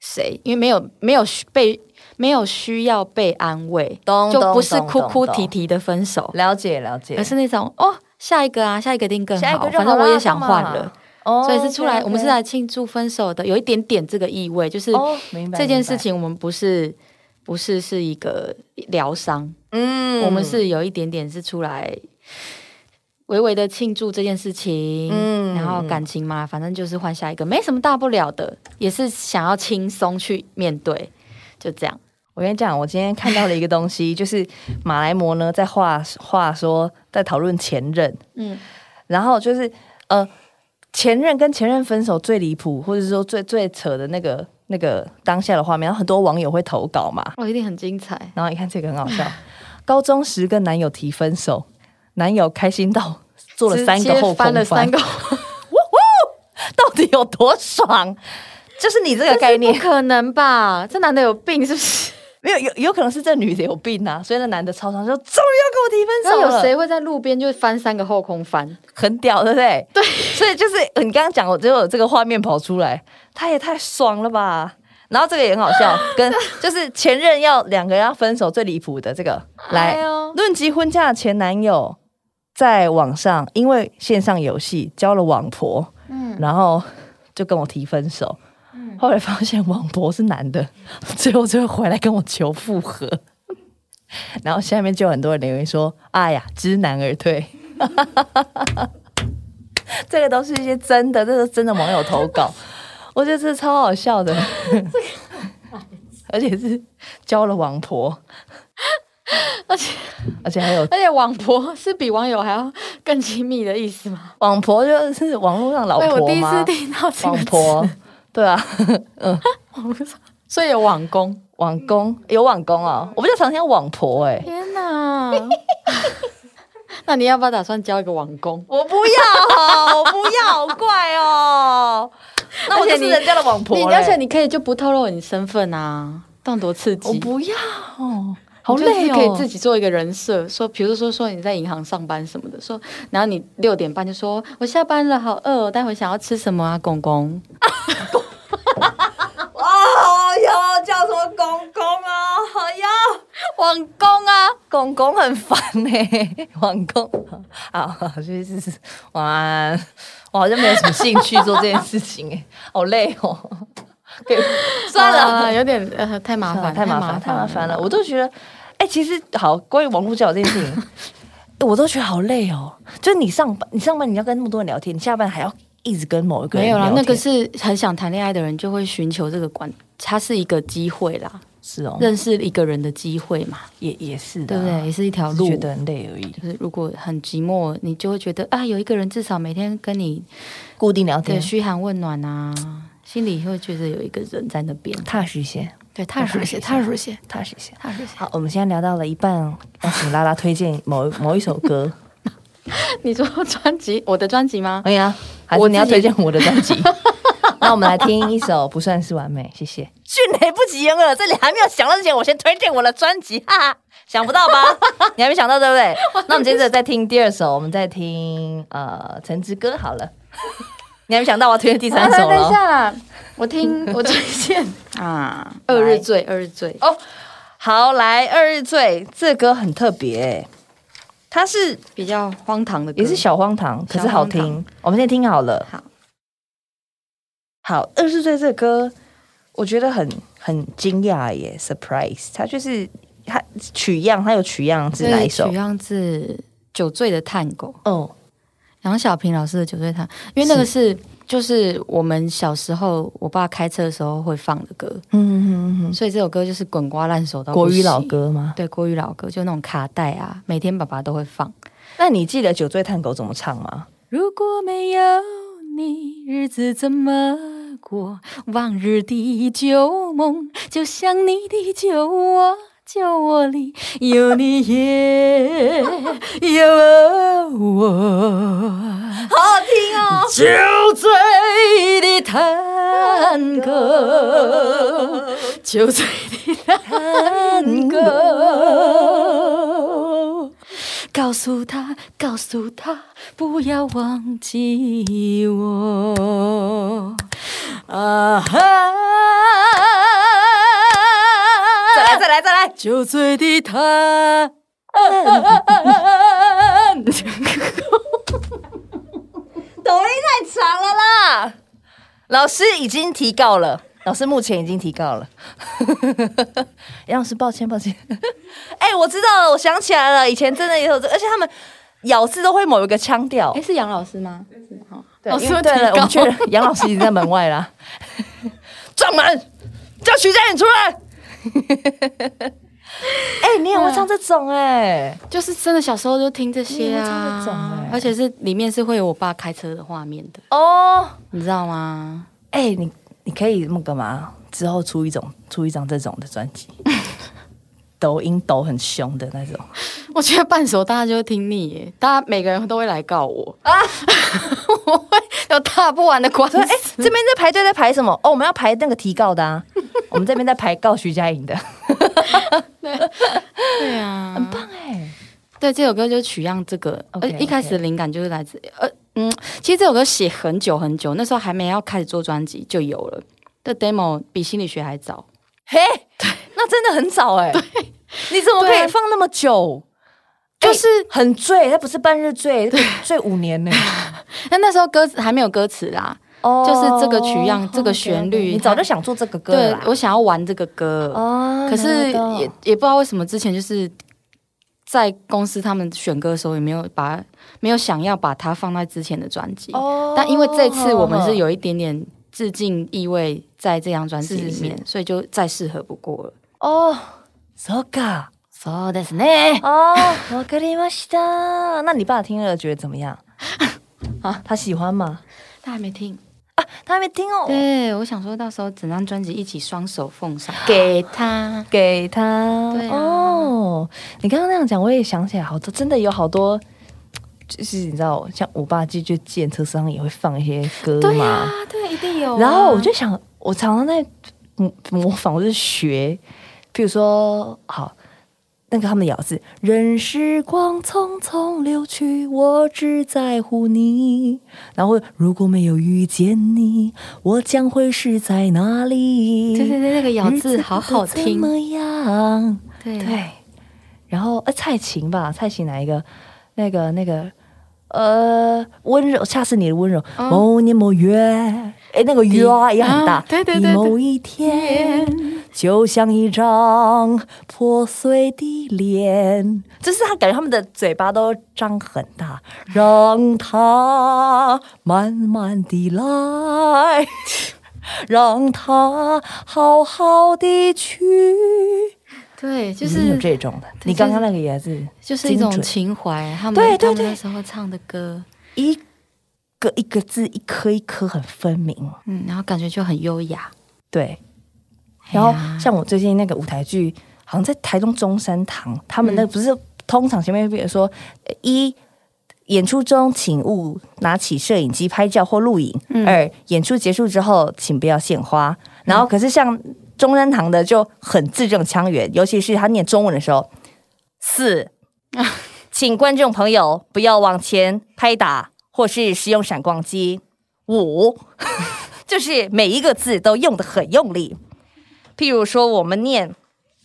Speaker 3: 谁，因为没有没有需被没有需要被安慰，
Speaker 2: 懂
Speaker 3: 就
Speaker 2: 懂
Speaker 3: 不是
Speaker 2: 懂
Speaker 3: 哭
Speaker 2: 懂
Speaker 3: 哭
Speaker 2: 懂
Speaker 3: 啼啼的分手，
Speaker 2: 了解了解，
Speaker 3: 而是那种哦，下一个啊，下一个一定更
Speaker 2: 下一
Speaker 3: 好，
Speaker 2: 个就
Speaker 3: 反
Speaker 2: 好啦
Speaker 3: 正我也想换，
Speaker 2: 干
Speaker 3: 了
Speaker 2: 嘛，哦
Speaker 3: 所以是出来，
Speaker 2: OK，OK
Speaker 3: 我们是来庆祝分手的，有一点点这个意味，就是
Speaker 2: 哦，明白
Speaker 3: 这件事，情，我们不是不是是一个疗伤，
Speaker 2: 明白嗯
Speaker 3: 我们是有一点点是出来微微的庆祝这件事情，
Speaker 2: 嗯
Speaker 3: 然后感情嘛，反正就是换下一个，没什么大不了的，也是想要轻松去面对，就这样。
Speaker 2: 我跟你讲，我今天看到了一个东西，就是马来貘呢在画画说在讨论前任，
Speaker 3: 嗯，
Speaker 2: 然后就是呃，前任跟前任分手最离谱，或者说最最扯的那个那个当下的画面，然后很多网友会投稿嘛，
Speaker 3: 哦，一定很精彩。
Speaker 2: 然后你看这个很好 笑，高中时跟男友提分手，男友开心到做了三个
Speaker 3: 直
Speaker 2: 后
Speaker 3: 接
Speaker 2: 空翻，
Speaker 3: 翻了三个，
Speaker 2: 到底有多爽？就是你这个概
Speaker 3: 不
Speaker 2: 念，
Speaker 3: 可能吧？这男的有病是不 是？
Speaker 2: 没有有有可能是这女的有病啊，所以那男的超常说终于要
Speaker 3: 那
Speaker 2: 跟我提分手
Speaker 3: 有
Speaker 2: 了，
Speaker 3: 谁会在路边就翻三个后空翻？
Speaker 2: 很屌，对不对？对，所以就是呃你刚刚讲，我只有这个画面跑出来，他也太爽了吧！然后这个也很好 笑，跟就是前任要两个人要分手最离谱的这个，
Speaker 3: 哎
Speaker 2: 来
Speaker 3: 呦
Speaker 2: 论及婚嫁的前男友在网上因为线上游戏交了网婆，嗯，然后就跟我提分手。
Speaker 3: 嗯
Speaker 2: 后来发现网婆是男的， 最后就回来跟我求复合，然后下面就有很多人留言说：“哎呀，知难而退。” 这个都是一些真的，这是真的网友投稿，我觉得这超好笑的，而且是交了王 婆，而且而且还有
Speaker 3: 而且网婆是比网友还要更亲密的意思吗？
Speaker 2: 网婆就是网络上老
Speaker 3: 对，
Speaker 2: 婆
Speaker 3: 我第一次
Speaker 2: 吗？
Speaker 3: 听到这个
Speaker 2: 网
Speaker 3: 词
Speaker 2: 婆，对啊，
Speaker 3: 所以有网工。
Speaker 2: 网公有网公啊，我比较常听到网婆哎、
Speaker 3: 天哪！ 那你要不要打算交一个网工？
Speaker 2: 我不要，我不要，好怪哦。那我就
Speaker 3: 而且
Speaker 2: 是
Speaker 3: 你
Speaker 2: 人家的网婆
Speaker 3: 你
Speaker 2: 嘞，
Speaker 3: 而且你可以就不透露你身份啊，这样多刺激！
Speaker 2: 我不要，好
Speaker 3: 你就是
Speaker 2: 累哦。
Speaker 3: 可以自己做一个人设，说，比如说说你在银行上班什么的，说，然后你六点半就说，我下班了，好饿、哦，待会想要吃什么啊，公公？
Speaker 2: 哦哟，叫什么公公啊？好哟，网公啊，公公很烦哎、网公。好，好去试试。晚安。我好像没有什么兴趣做这件事情哎、好累哦。可以算了，
Speaker 3: 啊有点呃太麻
Speaker 2: 啊
Speaker 3: 烦，
Speaker 2: 太麻烦，太麻烦了。我都觉得，哎、其实好，关于网络交友这件事情哎，我都觉得好累哦。就是你上班，你上班你要跟那么多人聊天，你下班还要一直跟某一个人
Speaker 3: 没有啦
Speaker 2: 聊，
Speaker 3: 那个
Speaker 2: 天
Speaker 3: 是很想谈恋爱的人就会寻求这个管，它是一个机会啦，
Speaker 2: 是哦，
Speaker 3: 认识一个人的机会嘛，
Speaker 2: 也也是的
Speaker 3: 对
Speaker 2: 啊、
Speaker 3: 不对？也是一条
Speaker 2: 只
Speaker 3: 路
Speaker 2: 是。觉得很累而已。
Speaker 3: 就是如果很寂寞，你就会觉得啊，有一个人至少每天跟你
Speaker 2: 固定聊
Speaker 3: 对
Speaker 2: 天，
Speaker 3: 嘘寒问暖啊，心里会觉得有一个人在那边。
Speaker 2: 踏实一些，
Speaker 3: 对，踏实一些，踏实一些，
Speaker 2: 踏实一些。
Speaker 3: 踏实一些。
Speaker 2: 好，我们现在聊到了一半，要请拉拉推荐 某某一首歌。
Speaker 3: 你说专辑，我的专辑吗？
Speaker 2: 可以啊，还是
Speaker 3: 我
Speaker 2: 你要
Speaker 3: 自己
Speaker 2: 推荐我的专 辑？那我们来听一首《不算是完美》，谢谢。迅雷不及掩耳，在你还没有想到之前，我先推荐我的专辑，哈哈，想不到吧？ 你还没想到对不对？那我们接着再听第二首，我们再听呃《橙之歌》好 了。你还没想到我要推荐第三 首
Speaker 3: 啊等一
Speaker 2: 了。
Speaker 3: 下啦，我 听我推荐啊，《
Speaker 2: 来
Speaker 3: 二日醉》，《二日醉》
Speaker 2: 哦，好，来《二日醉》这歌很特别、欸，它是
Speaker 3: 比较荒唐的歌，
Speaker 2: 也是嗯小荒唐，可是好
Speaker 3: 小荒
Speaker 2: 听。我们先听好了。
Speaker 3: 好，
Speaker 2: 好，二十岁这歌，我觉得很很惊讶耶，surprise。它就是它取样，它有取样自哪一首
Speaker 3: 取？样自《酒醉的探狗》，
Speaker 2: 哦，
Speaker 3: 杨小平老师的《酒醉探》，因为那个是就是我们小时候我爸开车的时候会放的歌，
Speaker 2: 嗯嗯嗯
Speaker 3: 所以这首歌就是滚瓜烂熟到
Speaker 2: 嗯，
Speaker 3: 不
Speaker 2: 国语
Speaker 3: 行
Speaker 2: 老，歌吗？
Speaker 3: 对，国语老歌就那种卡带啊，每天爸爸都会放。
Speaker 2: 那你记得《酒醉探狗》怎么唱吗？
Speaker 1: 如果没有你，日子怎么过？往日的旧梦，就像你的酒窝，酒窝里有你也有我。
Speaker 2: 好好听哦！
Speaker 1: 酒醉的探戈，酒醉的探戈，告诉他，告诉他，不要忘记我。啊哈！
Speaker 2: 再来，再来，再来！
Speaker 1: 酒醉的他。
Speaker 2: 抖音太长了啦！老师已经提告了，老师目前已经提告了。 杨老师，抱歉，抱 歉。哎、我知道了，我想起来了，以前真的也有这，而且他们咬字都会某一个腔调。
Speaker 3: 哎，是杨老师吗？好，
Speaker 2: 对
Speaker 1: 哦
Speaker 3: 老师
Speaker 2: 因为
Speaker 3: 会
Speaker 2: 对
Speaker 3: 提
Speaker 2: 了，我
Speaker 3: 告
Speaker 2: 们确认杨老师已经在门外啦。 撞门，叫徐佳颖出来。 哎、你也会唱这种哎、
Speaker 3: 就是真的小时候就听这些
Speaker 2: 你也会唱这种
Speaker 3: 啊
Speaker 2: 欸，
Speaker 3: 而且是里面是会有我爸开车的画面的，
Speaker 2: 哦，
Speaker 3: 你知道吗？
Speaker 2: 哎、你你可以那个嘛，之后出一种出一张这种的专 辑，抖音抖很凶的那种，
Speaker 3: 我觉得半首大家就会听腻耶，大家每个人都会来告我啊， 我会有打不完的官司。
Speaker 2: 说哎、这边在排队在排什么？哦，我们要排那个提告的啊，我们这边在排告徐 佳莹的，
Speaker 3: 对啊，
Speaker 2: 很棒哎、
Speaker 3: 对，这首歌就取样这个，呃
Speaker 2: OK，OK
Speaker 3: 一开始的灵感就是来自呃嗯，其实这首歌写很久很久，那时候还没要开始做专辑就有了。这 demo 比心理学还早，
Speaker 2: 嘿，那真的很早哎、你怎么可
Speaker 3: 对啊
Speaker 2: 以放哎那么久？
Speaker 3: 就是
Speaker 2: 哎很醉，那不是半日醉，醉五年 呢、
Speaker 3: 但那时候歌词还没有歌词啦。
Speaker 2: 哦
Speaker 3: 就是这个取样这个旋律
Speaker 2: 你早就想做这个歌了
Speaker 3: 对
Speaker 2: 啦。
Speaker 3: 我想要玩这个歌，
Speaker 2: 哦
Speaker 3: 可是
Speaker 2: なるほど
Speaker 3: 也也不知道为什么之前就是在公司他们选歌的时候也没有把没有想要把它放在之前的专辑。
Speaker 2: 哦
Speaker 3: 但因为这次我们是有一点点致敬意味在这张专辑
Speaker 2: 是
Speaker 3: 里
Speaker 2: 是
Speaker 3: 面，所以就再适合不过了。
Speaker 2: 哦，so ga
Speaker 3: そうですね。
Speaker 2: 哦，わかりました。那你爸听了觉得怎么样？ 啊，他喜欢吗？
Speaker 3: 他还没听。
Speaker 2: 啊，他还没听哦。
Speaker 3: 对，我想说到时候整张专辑一起双手奉上给他。
Speaker 2: 给他
Speaker 3: 对啊
Speaker 2: 哦，你刚刚那样讲，我也想起来，好多真的有好多，就是你知道，像我爸就就见车上也会放一些歌
Speaker 3: 对
Speaker 2: 嘛，
Speaker 3: 啊，对，一定有啊、
Speaker 2: 然后我就想，我常常在模模仿，我就是学，比如说，好，那个他们的咬字，任时光匆匆流去，我只在乎你。然后，如果没有遇见你，我将会是在哪里？
Speaker 3: 对对对，那个咬
Speaker 2: 日子
Speaker 3: 字好好
Speaker 2: 过得怎
Speaker 3: 听。
Speaker 2: 么样？
Speaker 3: 对
Speaker 2: 对，然后呃，蔡琴吧，蔡琴哪一个？那个那个，呃，温柔，恰似你的温柔。
Speaker 3: 嗯
Speaker 2: 某年某月，哎，那个月啊也很大
Speaker 3: 啊。对对对对
Speaker 2: 某一天，就像一张破碎的脸，就是他感觉他们的嘴巴都张很大，让它慢慢的来。让它好好的去，
Speaker 3: 对，就
Speaker 2: 你有
Speaker 3: 是
Speaker 2: 这种的，
Speaker 3: 对
Speaker 2: 你
Speaker 3: 就是
Speaker 2: 刚刚那个也是，
Speaker 3: 就是一种
Speaker 2: 精准
Speaker 3: 情怀，他们
Speaker 2: 对对
Speaker 3: 他们
Speaker 2: 对
Speaker 3: 那时候唱的歌，
Speaker 2: 一个一个字，一颗一颗很分明。
Speaker 3: 嗯，然后感觉就很优雅。
Speaker 2: 对，
Speaker 3: 哎
Speaker 2: 然
Speaker 3: 呀
Speaker 2: 后像我最近那个舞台剧，好像在台中中山堂，他们
Speaker 3: 嗯
Speaker 2: 那不是通常前面比如说呃一。演出中，请勿拿起摄影机拍照或录影。
Speaker 3: 嗯
Speaker 2: 二，演出结束之后，请不要献花。然
Speaker 3: 嗯
Speaker 2: 后，可是像中山堂的就很字正腔圆，尤其是他念中文的时候。 四，请观众朋友不要往前拍打或是使用闪光机。五， 就是每一个字都用的很用力。譬如说，我们念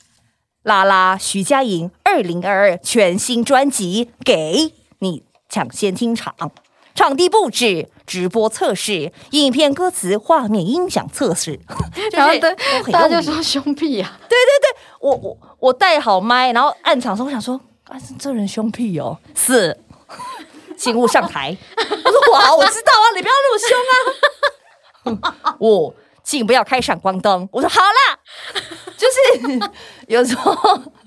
Speaker 2: “拉拉徐佳莹二零二二全新专辑”，给你抢先听场。场地布置、直播测试、影片歌词、画面音响测试，
Speaker 3: 然后
Speaker 2: 对
Speaker 3: 对，
Speaker 2: 很
Speaker 3: 大
Speaker 2: 用
Speaker 3: 家就
Speaker 2: 力。
Speaker 3: 说胸屁呀、啊，
Speaker 2: 我我我带好麦，然后按场的时候，我想说，啊，这人凶屁哦， 四，请勿上台。我说哇，我知道啊，你不要那么凶啊。 五，请不要开闪光灯。我说好啦，就是有时候。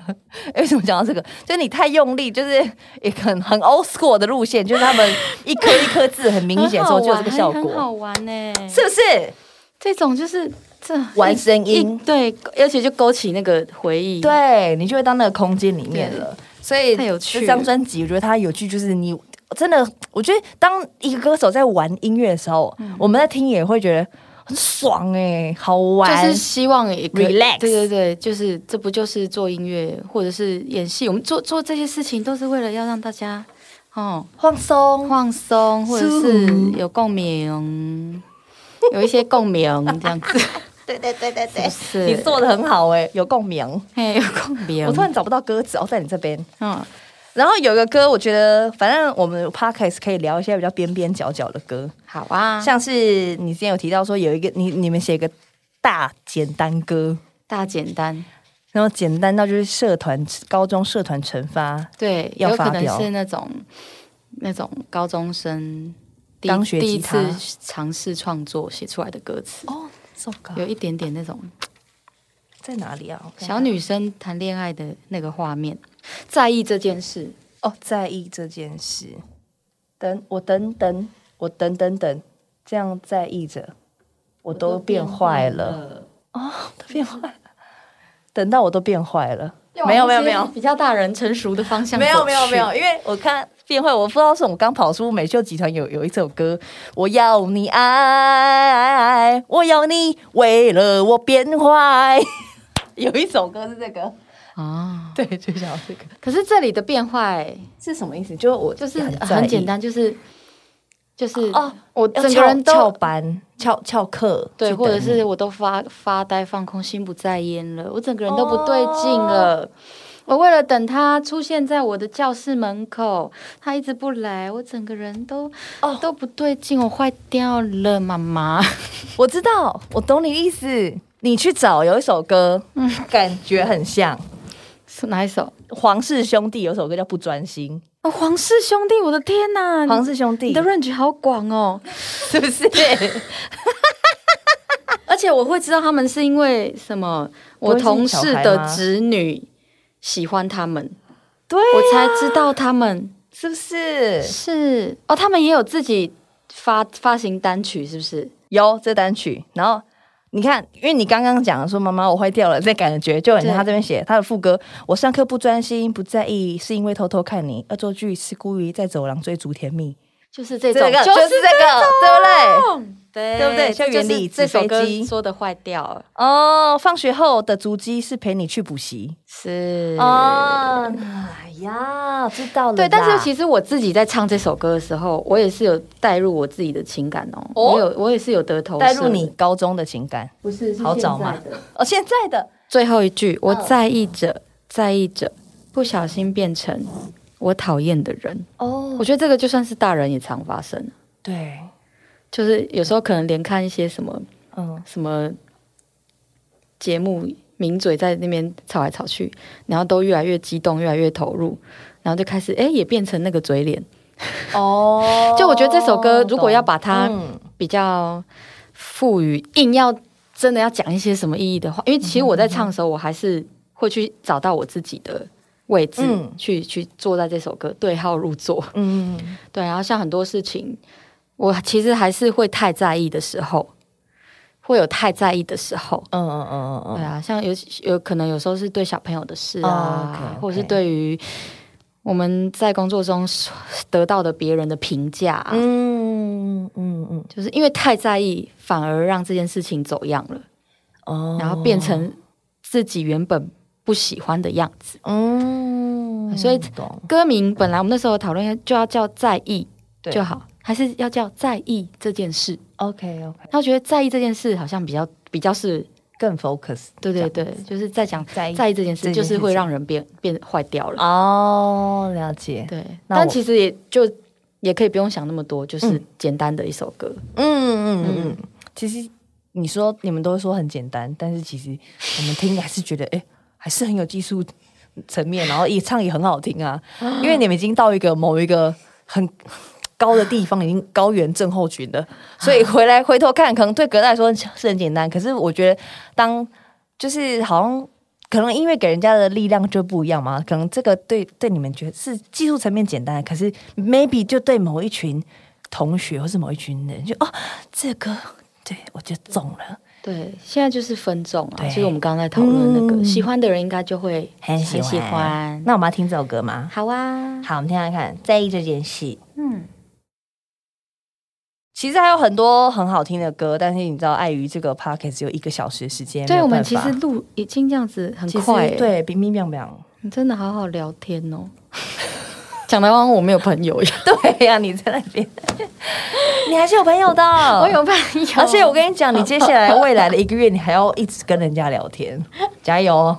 Speaker 2: 为什么讲到这个？就是你太用力，就是一个很很 old school 的路线，就是他们一颗一颗字很明显，说就有这个效
Speaker 3: 很好玩很
Speaker 2: 果，
Speaker 3: 好玩呢、
Speaker 2: 是不是？
Speaker 3: 这种就是这
Speaker 2: 玩声
Speaker 3: 一
Speaker 2: 音，
Speaker 3: 对，而且就勾起那个回忆。
Speaker 2: 对你就会到那个空间里面了。所以
Speaker 3: 太有趣
Speaker 2: 这张
Speaker 3: 了
Speaker 2: 专辑，我觉得它有趣，就是你真的，我觉得当一个歌手在玩音乐的时候，
Speaker 3: 嗯
Speaker 2: 我们在听也会觉得很爽哎、好玩。
Speaker 3: 就是希望也可以
Speaker 2: Relax
Speaker 3: 对对对，就是这不就是做音乐或者是演戏，我们做做这些事情都是为了要让大家哦
Speaker 2: 放松，
Speaker 3: 放松，或者是有共鸣，有一些共鸣这样子，
Speaker 2: 对对对对对，
Speaker 3: 是
Speaker 2: 你做的很好哎、有共鸣。
Speaker 3: 嘿，有共鸣。
Speaker 2: 我突然找不到歌词哦，在你这边。
Speaker 3: 嗯，
Speaker 2: 然后有一个歌，我觉得反正我们 podcast 可以聊一些比较边边角角的歌，
Speaker 3: 好啊，
Speaker 2: 像是你之前有提到说有一个你你们写一个大简单歌，
Speaker 3: 大简单，
Speaker 2: 然后简单到就是社团高中社团惩罚，
Speaker 3: 对，
Speaker 2: 要
Speaker 3: 有可
Speaker 2: 发
Speaker 3: 能
Speaker 2: 表
Speaker 3: 是那种那种高中生第
Speaker 2: 刚学
Speaker 3: 第
Speaker 2: 吉
Speaker 3: 一
Speaker 2: 他
Speaker 3: 次尝试创作写出来的歌词，
Speaker 2: 哦，so
Speaker 3: 有一点点那种
Speaker 2: 在哪里啊？
Speaker 3: 小女生谈恋爱的那个画面，在意这件事，
Speaker 2: 哦，在意这件事。等我等等我等等等，这样在意着，我都变坏了，哦都变坏了，等到我都变坏了。没有没有没有
Speaker 3: 比较大人成熟的方向走
Speaker 2: 没
Speaker 3: 去，
Speaker 2: 有没有没有，因为我看变坏，我不知道是我刚跑出美秀集团有 有一首歌，我要你爱，我要你为了我变坏， 有一首歌是这个，
Speaker 3: 啊。
Speaker 2: 对，就想这个
Speaker 3: 可是这里的变哎坏
Speaker 2: 是什么意思？就是我
Speaker 3: 就是
Speaker 2: 很在
Speaker 3: 很简
Speaker 2: 意
Speaker 3: 单，就是就是
Speaker 2: 哦，
Speaker 3: 我整
Speaker 2: 要
Speaker 3: 个
Speaker 2: 翘
Speaker 3: 人
Speaker 2: 翘
Speaker 3: 都
Speaker 2: 班翘翘课，
Speaker 3: 对，
Speaker 2: 去
Speaker 3: 或者
Speaker 2: 等
Speaker 3: 是我都发发呆、放空、心不在焉了，我整个人都不
Speaker 1: 哦
Speaker 3: 对劲了。我为了等他出现在我的教室门口，他一直不来，我整个人都、
Speaker 2: 哦
Speaker 3: 都不对劲，我坏掉了，妈妈。
Speaker 2: 我知道，我懂你意思。你去找有一首歌，感觉很 像
Speaker 3: 是哪一首？
Speaker 2: 黄氏兄弟有首歌叫《不专心
Speaker 1: 啊，黄氏兄弟，我的天哪！》，
Speaker 2: 黄氏兄
Speaker 1: 你
Speaker 2: 弟
Speaker 1: 的 range 好广哦，
Speaker 2: 是不是？
Speaker 3: 而且我会知道他们是因为什么，我
Speaker 2: 不会是
Speaker 3: 同事
Speaker 2: 小孩
Speaker 3: 的
Speaker 2: 吗
Speaker 3: 侄女喜欢他们，
Speaker 2: 对
Speaker 3: 我才知道他们
Speaker 2: 是不是
Speaker 3: 是哦，他们也有自己发发行单曲，是不是？
Speaker 2: 有这单曲？然后你看，因为你刚刚讲说妈妈我坏掉了，这感觉就很像
Speaker 3: 对
Speaker 2: 他这边写他的副歌：我上课不专心，不在意，是因为偷偷看你；恶作剧是故意在走廊追逐甜蜜。
Speaker 3: 就是这
Speaker 2: 这
Speaker 3: 种，
Speaker 2: 个就是这
Speaker 3: 是
Speaker 2: 个，对不对？
Speaker 3: 对
Speaker 2: 对不对
Speaker 3: 这
Speaker 2: 校园里
Speaker 3: 就是这首歌
Speaker 2: 纸飞机
Speaker 3: 说的坏掉了，
Speaker 2: 哦，放学后的足迹是陪你去补习。
Speaker 3: 是
Speaker 2: 哦，哎呀，知道了啦。
Speaker 3: 对，但是其实我自己在唱这首歌的时候，我也是有带入我自己的情感哦，
Speaker 2: 哦
Speaker 3: 我有我也是有得投射
Speaker 2: 带
Speaker 3: 的
Speaker 2: 入你高中的情感
Speaker 3: 不是是
Speaker 2: 好
Speaker 3: 现
Speaker 2: 找
Speaker 3: 在
Speaker 2: 吗
Speaker 3: 的
Speaker 2: 哦，现在的
Speaker 3: 最后一句，我在意着，在意着，不小心变成我讨厌的人。
Speaker 2: 哦，
Speaker 3: 我觉得这个就算是大人也常发生，
Speaker 2: 对，
Speaker 3: 就是有时候可能连看一些什么
Speaker 2: 嗯，
Speaker 3: 什么节目，名嘴在那边吵来吵去，然后都越来越激动，越来越投入，然后就开始哎、诶也变成那个嘴脸。
Speaker 2: 哦
Speaker 3: 就我觉得这首歌如果要把它
Speaker 2: 嗯
Speaker 3: 比较赋予硬要真的要讲一些什么意义的话，因为其实我在唱的时候，我还是会去找到我自己的位置，
Speaker 2: 嗯
Speaker 3: 去去坐在这首歌对号入座。
Speaker 2: 嗯，
Speaker 3: 对，然后像很多事情，我其实还是会太在意的时候，会有太在意的时候。
Speaker 2: 嗯嗯嗯嗯
Speaker 3: 对
Speaker 2: 嗯，
Speaker 3: 啊，像有有可能有时候是对小朋友的事啊
Speaker 2: 哦，OK，OK
Speaker 3: 或者是对于我们在工作中得到的别人的评价、啊，
Speaker 2: 嗯嗯嗯，
Speaker 3: 就是因为太在意，反而让这件事情走样了，
Speaker 2: 哦
Speaker 3: 然后变成自己原本不喜欢的样子。
Speaker 2: 嗯，
Speaker 3: 所以
Speaker 2: 懂
Speaker 3: 歌名本来我们那时候讨论就要叫在意
Speaker 2: 对
Speaker 3: 就好，还是要叫在意这件事。
Speaker 2: OK OK，
Speaker 3: 然后觉得在意这件事好像比较比较是，
Speaker 2: 更 focus，
Speaker 3: 对对对，就是在讲
Speaker 2: 在意
Speaker 3: 在意这件事，
Speaker 2: 这件
Speaker 3: 就
Speaker 2: 事情
Speaker 3: 是会让人变变坏掉了。
Speaker 2: 哦，了解，
Speaker 3: 对，
Speaker 2: 那我
Speaker 3: 但其实也就也可以不用想那么多，就是简单的一首歌。
Speaker 2: 嗯嗯嗯，其实你说你们都说很简单，但是其实我们听还是觉得，哎、还是很有技术层面，然后也唱也很好 听啊。因为你们已经到一个某一个很高的地方，已经高原症候群了，
Speaker 3: 啊
Speaker 2: 所以回来回头看，可能对格代来说是很简单，可是我觉得当就是好像。可能音乐给人家的力量就不一样嘛，可能这个对对你们觉得是技术层面简单，可是 maybe 就对某一群同学或是某一群人就哦，这个对我就中了，
Speaker 3: 对，现在就是分众啊，
Speaker 2: 对
Speaker 3: 就是我们刚刚在讨论那个、
Speaker 2: 嗯
Speaker 3: 喜欢的人，应该就会
Speaker 2: 很喜
Speaker 3: 喜
Speaker 2: 欢。
Speaker 3: 欢。
Speaker 2: 那我们要听这首歌吗？
Speaker 3: 好啊，
Speaker 2: 好，我们听看看，在意这件事。
Speaker 3: 嗯，
Speaker 2: 其实还有很多很好听的歌，但是你知道，碍于这个 p o c k e t 只有一个小时的时间，没
Speaker 3: 对
Speaker 2: 有
Speaker 3: 我们
Speaker 2: 办
Speaker 3: 其
Speaker 2: 法
Speaker 3: 实录已经这样子很
Speaker 2: 其实
Speaker 3: 快、欸，
Speaker 2: 对，冰冰冰冰，
Speaker 3: 你真的好好聊天哦， 讲的好像我没有朋友一样，
Speaker 2: 对呀、你在那边， 你还是有朋友 的，
Speaker 3: 我。有朋友，
Speaker 2: 而且我跟你讲，你接下来未来的一个月，你还要一直跟人家聊天，加油哦！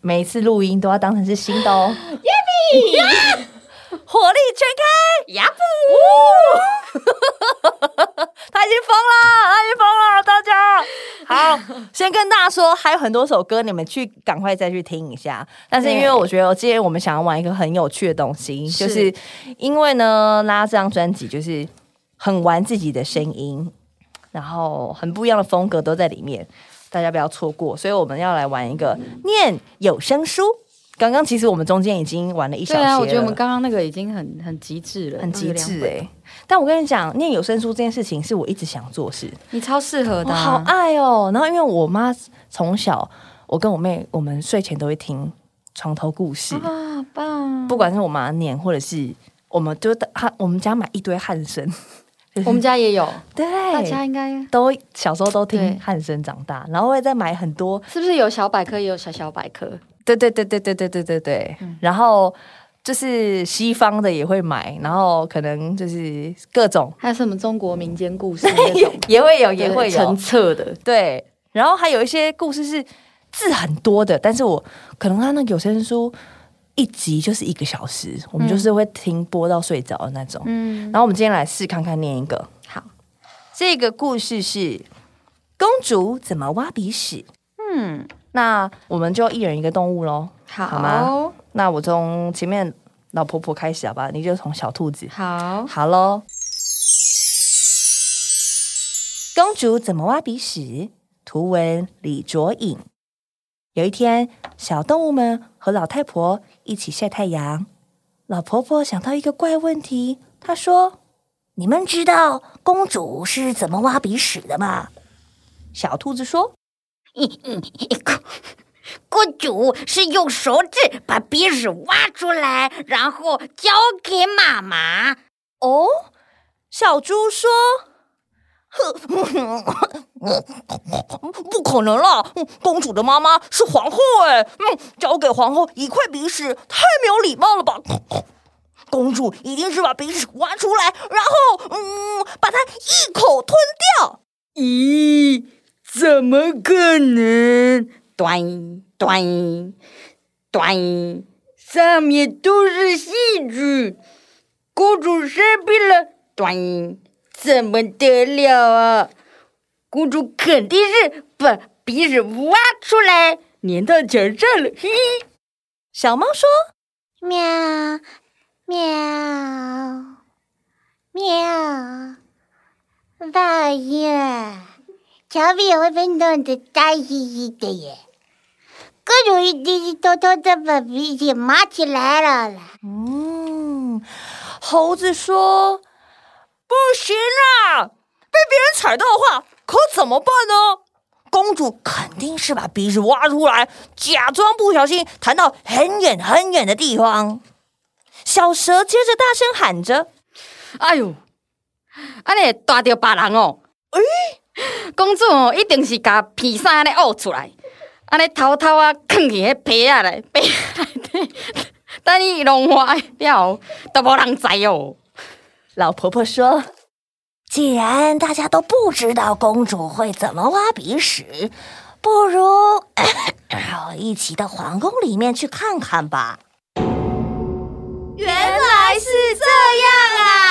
Speaker 2: 每一次录音都要当成是新的 哦，耶比，火力全开，呀不！ 他已经疯了，他已经疯了，大家好，先跟大家说，还有很多首歌，你们去赶快再去听一下。但是因为
Speaker 3: 对
Speaker 2: 我觉得今天我们想要玩一个很有趣的东西，
Speaker 3: 是
Speaker 2: 就是因为呢，拉这张专辑就是很玩自己的声音，然后很不一样的风格都在里面。大家不要错过。所以我们要来玩一个念有声书。刚刚其实我们中间已经玩了一小
Speaker 3: 对
Speaker 2: 些
Speaker 3: 啊，我觉得我
Speaker 2: 了
Speaker 3: 们刚刚那个已经很很极致了，
Speaker 2: 很极致哎、
Speaker 3: 哎、
Speaker 2: 但我跟你讲，念有声书这件事情是我一直想做的事，
Speaker 3: 你超适合
Speaker 2: 我
Speaker 3: 的、
Speaker 2: 好
Speaker 3: 啊，
Speaker 2: 爱哦。然后因为我妈从小，我跟我妹我们睡前都会听床头故事，
Speaker 3: 啊，好棒！
Speaker 2: 不管是我妈念或者是我们就她我们家买一堆汉声，
Speaker 3: 我们家也有， 哎
Speaker 2: 对，
Speaker 3: 嗯 大家应该
Speaker 2: 都小时候都听
Speaker 3: 对
Speaker 2: 汉声长大，然后会再买很多，
Speaker 3: 是不是有小百科也有小小百科？
Speaker 2: 对对对对对对对对对，然后。就是西方的也会买，然后可能就是各种，
Speaker 3: 还有什么中国民间故事 那种
Speaker 2: 也会有，
Speaker 3: 对
Speaker 2: 也会有
Speaker 3: 成册的，
Speaker 2: 对，然后还有一些故事是字很多的，但是我可能他那有声书一集就是一个小时，我们就是会听播到睡着的那种。
Speaker 3: 嗯，
Speaker 2: 然后我们今天来试看看念一个，
Speaker 3: 好，
Speaker 2: 这个故事是公主怎么挖鼻屎。
Speaker 3: 嗯，
Speaker 2: 那我们就一人一个动物喽。
Speaker 3: 好，
Speaker 2: 好吗那我从前面老婆婆开始好吧，你就从小兔子。
Speaker 3: 好
Speaker 2: 好喽。公主怎么挖鼻屎？图文李卓颖。有一天，小动物们和老太婆一起晒太阳。老婆婆想到一个怪问题，她说：“你们知道公主是怎么挖鼻屎的吗？”小兔子说
Speaker 4: 公主是用手指把鼻屎挖出来，然后交给妈妈。：“
Speaker 2: 哦。”小猪说
Speaker 4: 不可能啦！公主的妈妈是皇后哎，嗯，交给皇后一块鼻屎，太没有礼貌了吧？公主一定是把鼻屎挖出来，然后嗯，把它一口吞掉。
Speaker 3: 咦，怎么可能？
Speaker 4: 端端端！
Speaker 3: 上面都是细菌，公主生病了，
Speaker 4: 端
Speaker 3: 怎么得了啊？公主肯定是把鼻屎挖出来粘到墙上了。嘿：“
Speaker 2: 小猫说
Speaker 4: 喵喵喵！大爷，墙壁也会被弄得脏兮兮的耶。各种一滴滴偷偷的把鼻涕抹起来了啦。：‘
Speaker 2: 嗯。’猴子说：‘
Speaker 4: 不行啦，被别人踩到的话，可怎么办呢？公主肯定是把鼻子挖出来，假装不小心弹到很远很远的地方。
Speaker 2: 小蛇接着大声喊着
Speaker 3: 哎呦，安尼大着别人哦，诶、公主哦，一定是甲皮衫安尼挖出来，安尼偷偷啊藏伫迄被仔内，被仔内底， 等伊弄坏了后，都无人知哦。：“
Speaker 2: 老婆婆说，
Speaker 4: 既然大家都不知道公主会怎么挖鼻屎，不如 一起到皇宫里面去看看吧。
Speaker 2: 原来是这样啊！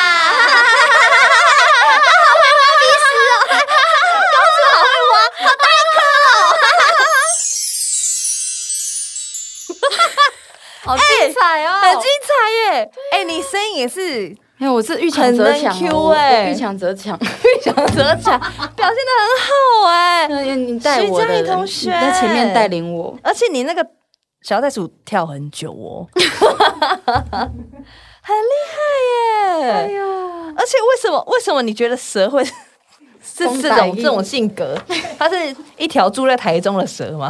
Speaker 3: 好精彩哦！
Speaker 4: 哎
Speaker 2: 很精彩耶！哎、你声音也是
Speaker 3: 没有，我是遇强则强、
Speaker 2: 很能 Q
Speaker 3: 哦，我
Speaker 2: 欸
Speaker 3: 我遇强则强。
Speaker 2: 想得奖，表现的很好哎、
Speaker 3: 那你带我的人，
Speaker 2: 徐佳怡同学
Speaker 3: 你在前面带领我，
Speaker 2: 而且你那个小袋鼠跳很久哦，很厉害耶！
Speaker 3: 哎呀，
Speaker 2: 而且为什么为什么你觉得蛇会是
Speaker 3: 风
Speaker 2: 这
Speaker 3: 摆
Speaker 2: 种
Speaker 3: 翼
Speaker 2: 这种性格？它是一条住在台中的蛇吗？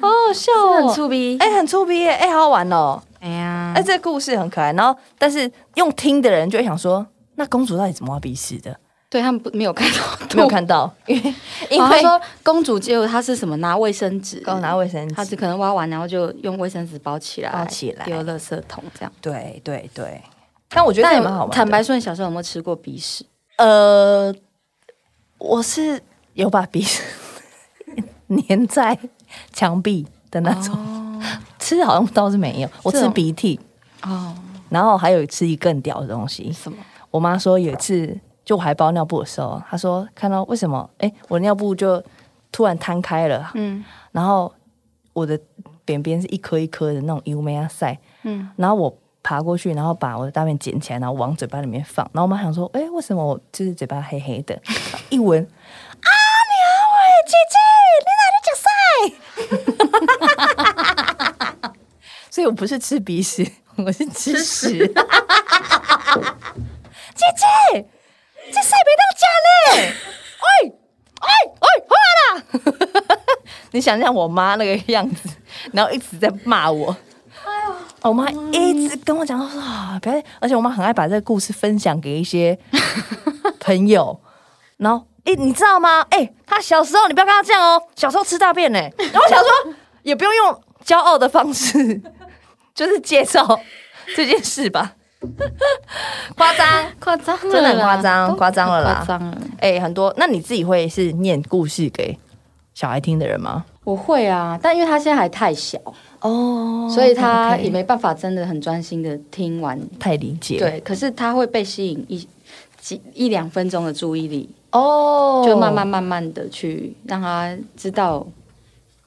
Speaker 2: 好好笑
Speaker 3: 很
Speaker 2: 哦！
Speaker 3: 粗鄙。
Speaker 2: 哎、很粗鄙耶！哎、好好玩哦！
Speaker 3: 哎呀
Speaker 2: 哎、，这个故事很可爱。然后，但是用听的人就会想说，那公主到底怎么挖鼻屎的？
Speaker 3: 对他们不没有看到，
Speaker 2: 没有看到，因为因
Speaker 3: 哦
Speaker 2: 为
Speaker 3: 他说公主就她是什么拿卫生纸，
Speaker 2: 刚拿卫生
Speaker 3: 她
Speaker 2: 纸
Speaker 3: 只。可能挖完，然后就用卫生纸包起来，
Speaker 2: 包起来
Speaker 3: 丢垃圾桶这样。
Speaker 2: 对对对。但我觉得这
Speaker 3: 但
Speaker 2: 也蛮好玩的。
Speaker 3: 坦白说，你小时候有没有吃过鼻屎？
Speaker 2: 呃，我是有把鼻屎 粘在墙壁的那种， 吃好像哦倒是没有，我
Speaker 3: 这
Speaker 2: 吃
Speaker 3: 种
Speaker 2: 鼻涕，
Speaker 3: 哦，
Speaker 2: 然后还有吃一更屌的东西。
Speaker 3: 什么？
Speaker 2: 我妈说有一次，就我还包尿布的时候，她说看到为什么，哎、我尿布就突然摊开了，
Speaker 3: 嗯
Speaker 2: 然后我的便便是一颗一颗的那种 U 梅亚塞，
Speaker 3: 嗯，
Speaker 2: 然后我爬过去，然后把我的大便捡起来，然后往嘴巴里面 放。然后我妈想说，哎、为什么我就是嘴巴黑黑的？一闻，啊，姐哎姐，你哪里讲赛？ 所以我不是吃鼻屎，我是吃屎。姐姐，这赛没当假嘞！哎哎哎，回来啦！ 你想象我妈那个样子，然后一直在骂我。哦我妈一直跟我讲，她说啊，不要，而且我妈很爱把这个故事分享给一些朋友，然后，哎、你知道吗？哎、她小时候你不要跟她这样哦，小时候吃大便呢、然后我想说，也不用用骄傲的方式，就是介绍这件事吧，啊夸张，
Speaker 3: 夸张了啦，
Speaker 2: 真的很夸张，夸张了啦
Speaker 3: 夸，张了。
Speaker 2: 哎、很多。那你自己会是念故事给小孩听的人吗？
Speaker 3: 我会啊，但因为他现在还太小，
Speaker 2: 哦
Speaker 3: 所以他也没办法真的很专心的听完。
Speaker 2: 太理解，，
Speaker 3: 对，可是他会被吸引一几一两分钟的注意力，
Speaker 2: 哦
Speaker 3: 就慢慢慢慢的去让他知道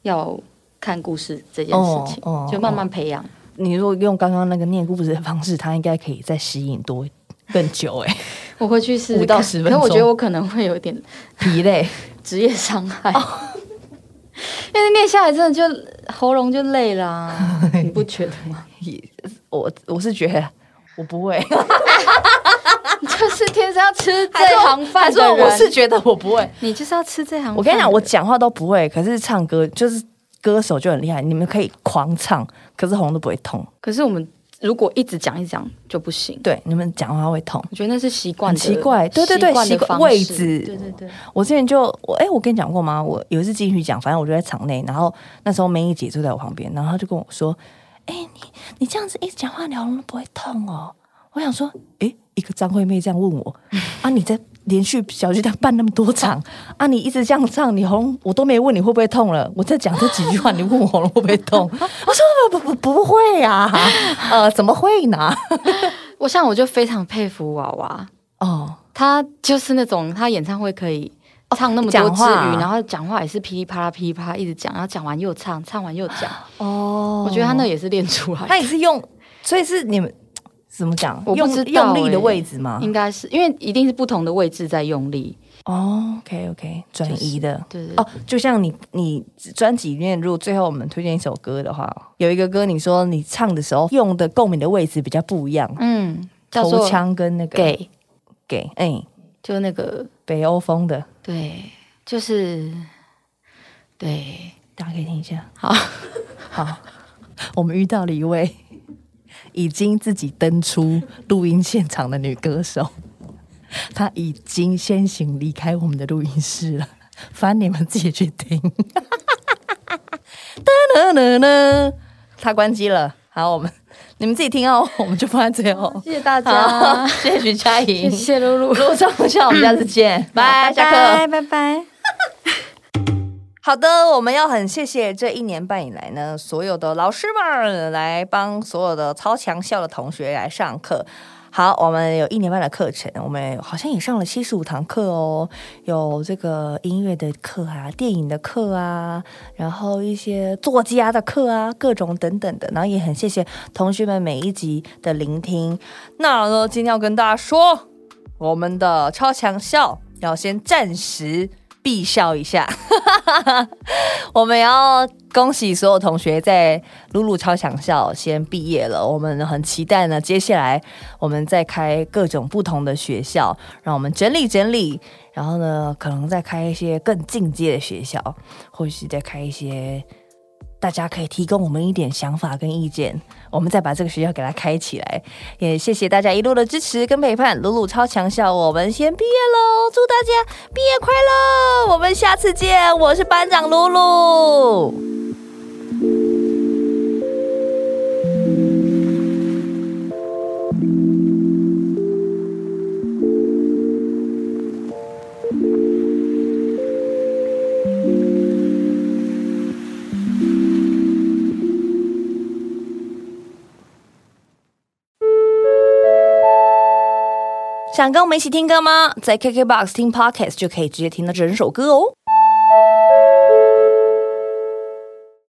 Speaker 3: 要看故事这件事情，
Speaker 2: 哦哦
Speaker 3: 就慢慢培养。
Speaker 2: 你如果用刚刚那个念故事的方式，他应该可以再吸引多更久 哎、
Speaker 3: 我回去试试
Speaker 2: 五到
Speaker 3: 看
Speaker 2: 10
Speaker 3: 可
Speaker 2: 分
Speaker 3: 是我觉得
Speaker 2: 钟
Speaker 3: 我可能会有点
Speaker 2: 疲累。
Speaker 3: 职业伤害，
Speaker 2: 哦
Speaker 3: 因为念下来真的就喉咙就累啊啦、 你不觉得吗？
Speaker 2: 我我是觉得我不会，
Speaker 3: 就是天生要吃这行
Speaker 2: 还
Speaker 3: 饭
Speaker 2: 是
Speaker 3: 的人，
Speaker 2: 我是觉得我不会。
Speaker 3: 你就是要吃这行饭的。
Speaker 2: 我跟你讲，我讲话都不会，可是唱歌就是歌手就很厉害，你们可以狂唱，可是喉咙都不会痛。
Speaker 3: 可是我们如果一直讲一讲就不行。
Speaker 2: 对，你们讲话会痛。
Speaker 3: 我觉得那是习惯的，
Speaker 2: 很奇怪对对对
Speaker 3: 习惯
Speaker 2: 习
Speaker 3: 的方
Speaker 2: 惯
Speaker 3: 式
Speaker 2: 位置
Speaker 3: 对对对，
Speaker 2: 我之前就我哎、我跟你讲过吗？我有一次进去讲，反正我就在场内，然后那时候梅姨姐坐在我旁边，然后她就跟我说：“哎、你你这样子一直讲话，你喉咙都不会痛哦。”我想说，哎、一个张惠妹这样问我啊，你在连续小巨蛋办那么多场啊，你一直这样唱，你喉咙我都没问你会不会痛了，我在讲这几句话，你问我喉咙会不会痛？我说不不不不会呀、呃，怎么会呢？
Speaker 3: 我像我就非常佩服娃娃，
Speaker 2: 哦，
Speaker 3: 她就是那种她演唱会可以唱那么多
Speaker 2: 讲
Speaker 3: 之
Speaker 2: 话
Speaker 3: 余，然后讲话也是噼里啪啦噼里啪啦一直讲，然后讲完又唱，唱完又讲。
Speaker 2: 哦
Speaker 3: 我觉得她那也是练出来
Speaker 2: 那
Speaker 3: 的，
Speaker 2: 也是用，所以是你们怎么讲？
Speaker 3: 我不
Speaker 2: 用
Speaker 3: 知道
Speaker 2: 用力
Speaker 3: 欸
Speaker 2: 的位置吗？
Speaker 3: 应该是因为一定是不同的位置在用力。
Speaker 2: 哦，OK OK，转移的。
Speaker 3: 对对对
Speaker 2: 哦，就像你你专辑里面，如果最后我们推荐一首歌的话，有一个歌你说你唱的时候用的共鸣的位置比较不一样，
Speaker 3: 嗯，叫
Speaker 2: 头
Speaker 3: 做
Speaker 2: 腔跟那个
Speaker 3: 给，
Speaker 2: 给哎
Speaker 3: 就那个
Speaker 2: 北欧风的，
Speaker 3: 对，就是对。
Speaker 2: 大家可以听一下。
Speaker 3: 好，
Speaker 2: 好，我们遇到了一位已经自己登出录音现场的女歌手，她已经先行离开我们的录音室了，反正你们自己去听。哒呢呢呢，她关机了。好，我们你们自己听哦，我们就放在最后。
Speaker 3: 谢谢大
Speaker 2: 好，
Speaker 3: 家，
Speaker 2: 谢谢徐佳莹，
Speaker 3: 谢谢露露，
Speaker 2: 如果上不下，我们下次 见，拜，下课。
Speaker 3: 拜拜。
Speaker 2: 好的，我们要很谢谢这一年半以来呢，所有的老师们来帮所有的超强校的同学来上课。好，我们有一年半的课程，我们好像也上了七十五堂课哦，有这个音乐的课啊，电影的课啊，然后一些作家的课啊，各种等等的。然后也很谢谢同学们每一集的聆听。那呢，今天要跟大家说，我们的超强校要先暂时闭校一下。 我们要恭喜所有同学在露露超强校先毕业了，我们很期待呢。接下来我们再开各种不同的学校，让我们整理整理，然后呢，可能再开一些更进阶的学校，或许再开一些。大家可以提供我们一点想法跟意见，我们再把这个学校给它开起来。也谢谢大家一路的支持跟陪伴，露露超强校，我们先毕业喽，祝大家毕业快乐！我们下次见，我是班长露露。想跟我们一起听歌吗？在 KKBOX 听 Podcast 就可以直接听到整首歌哦。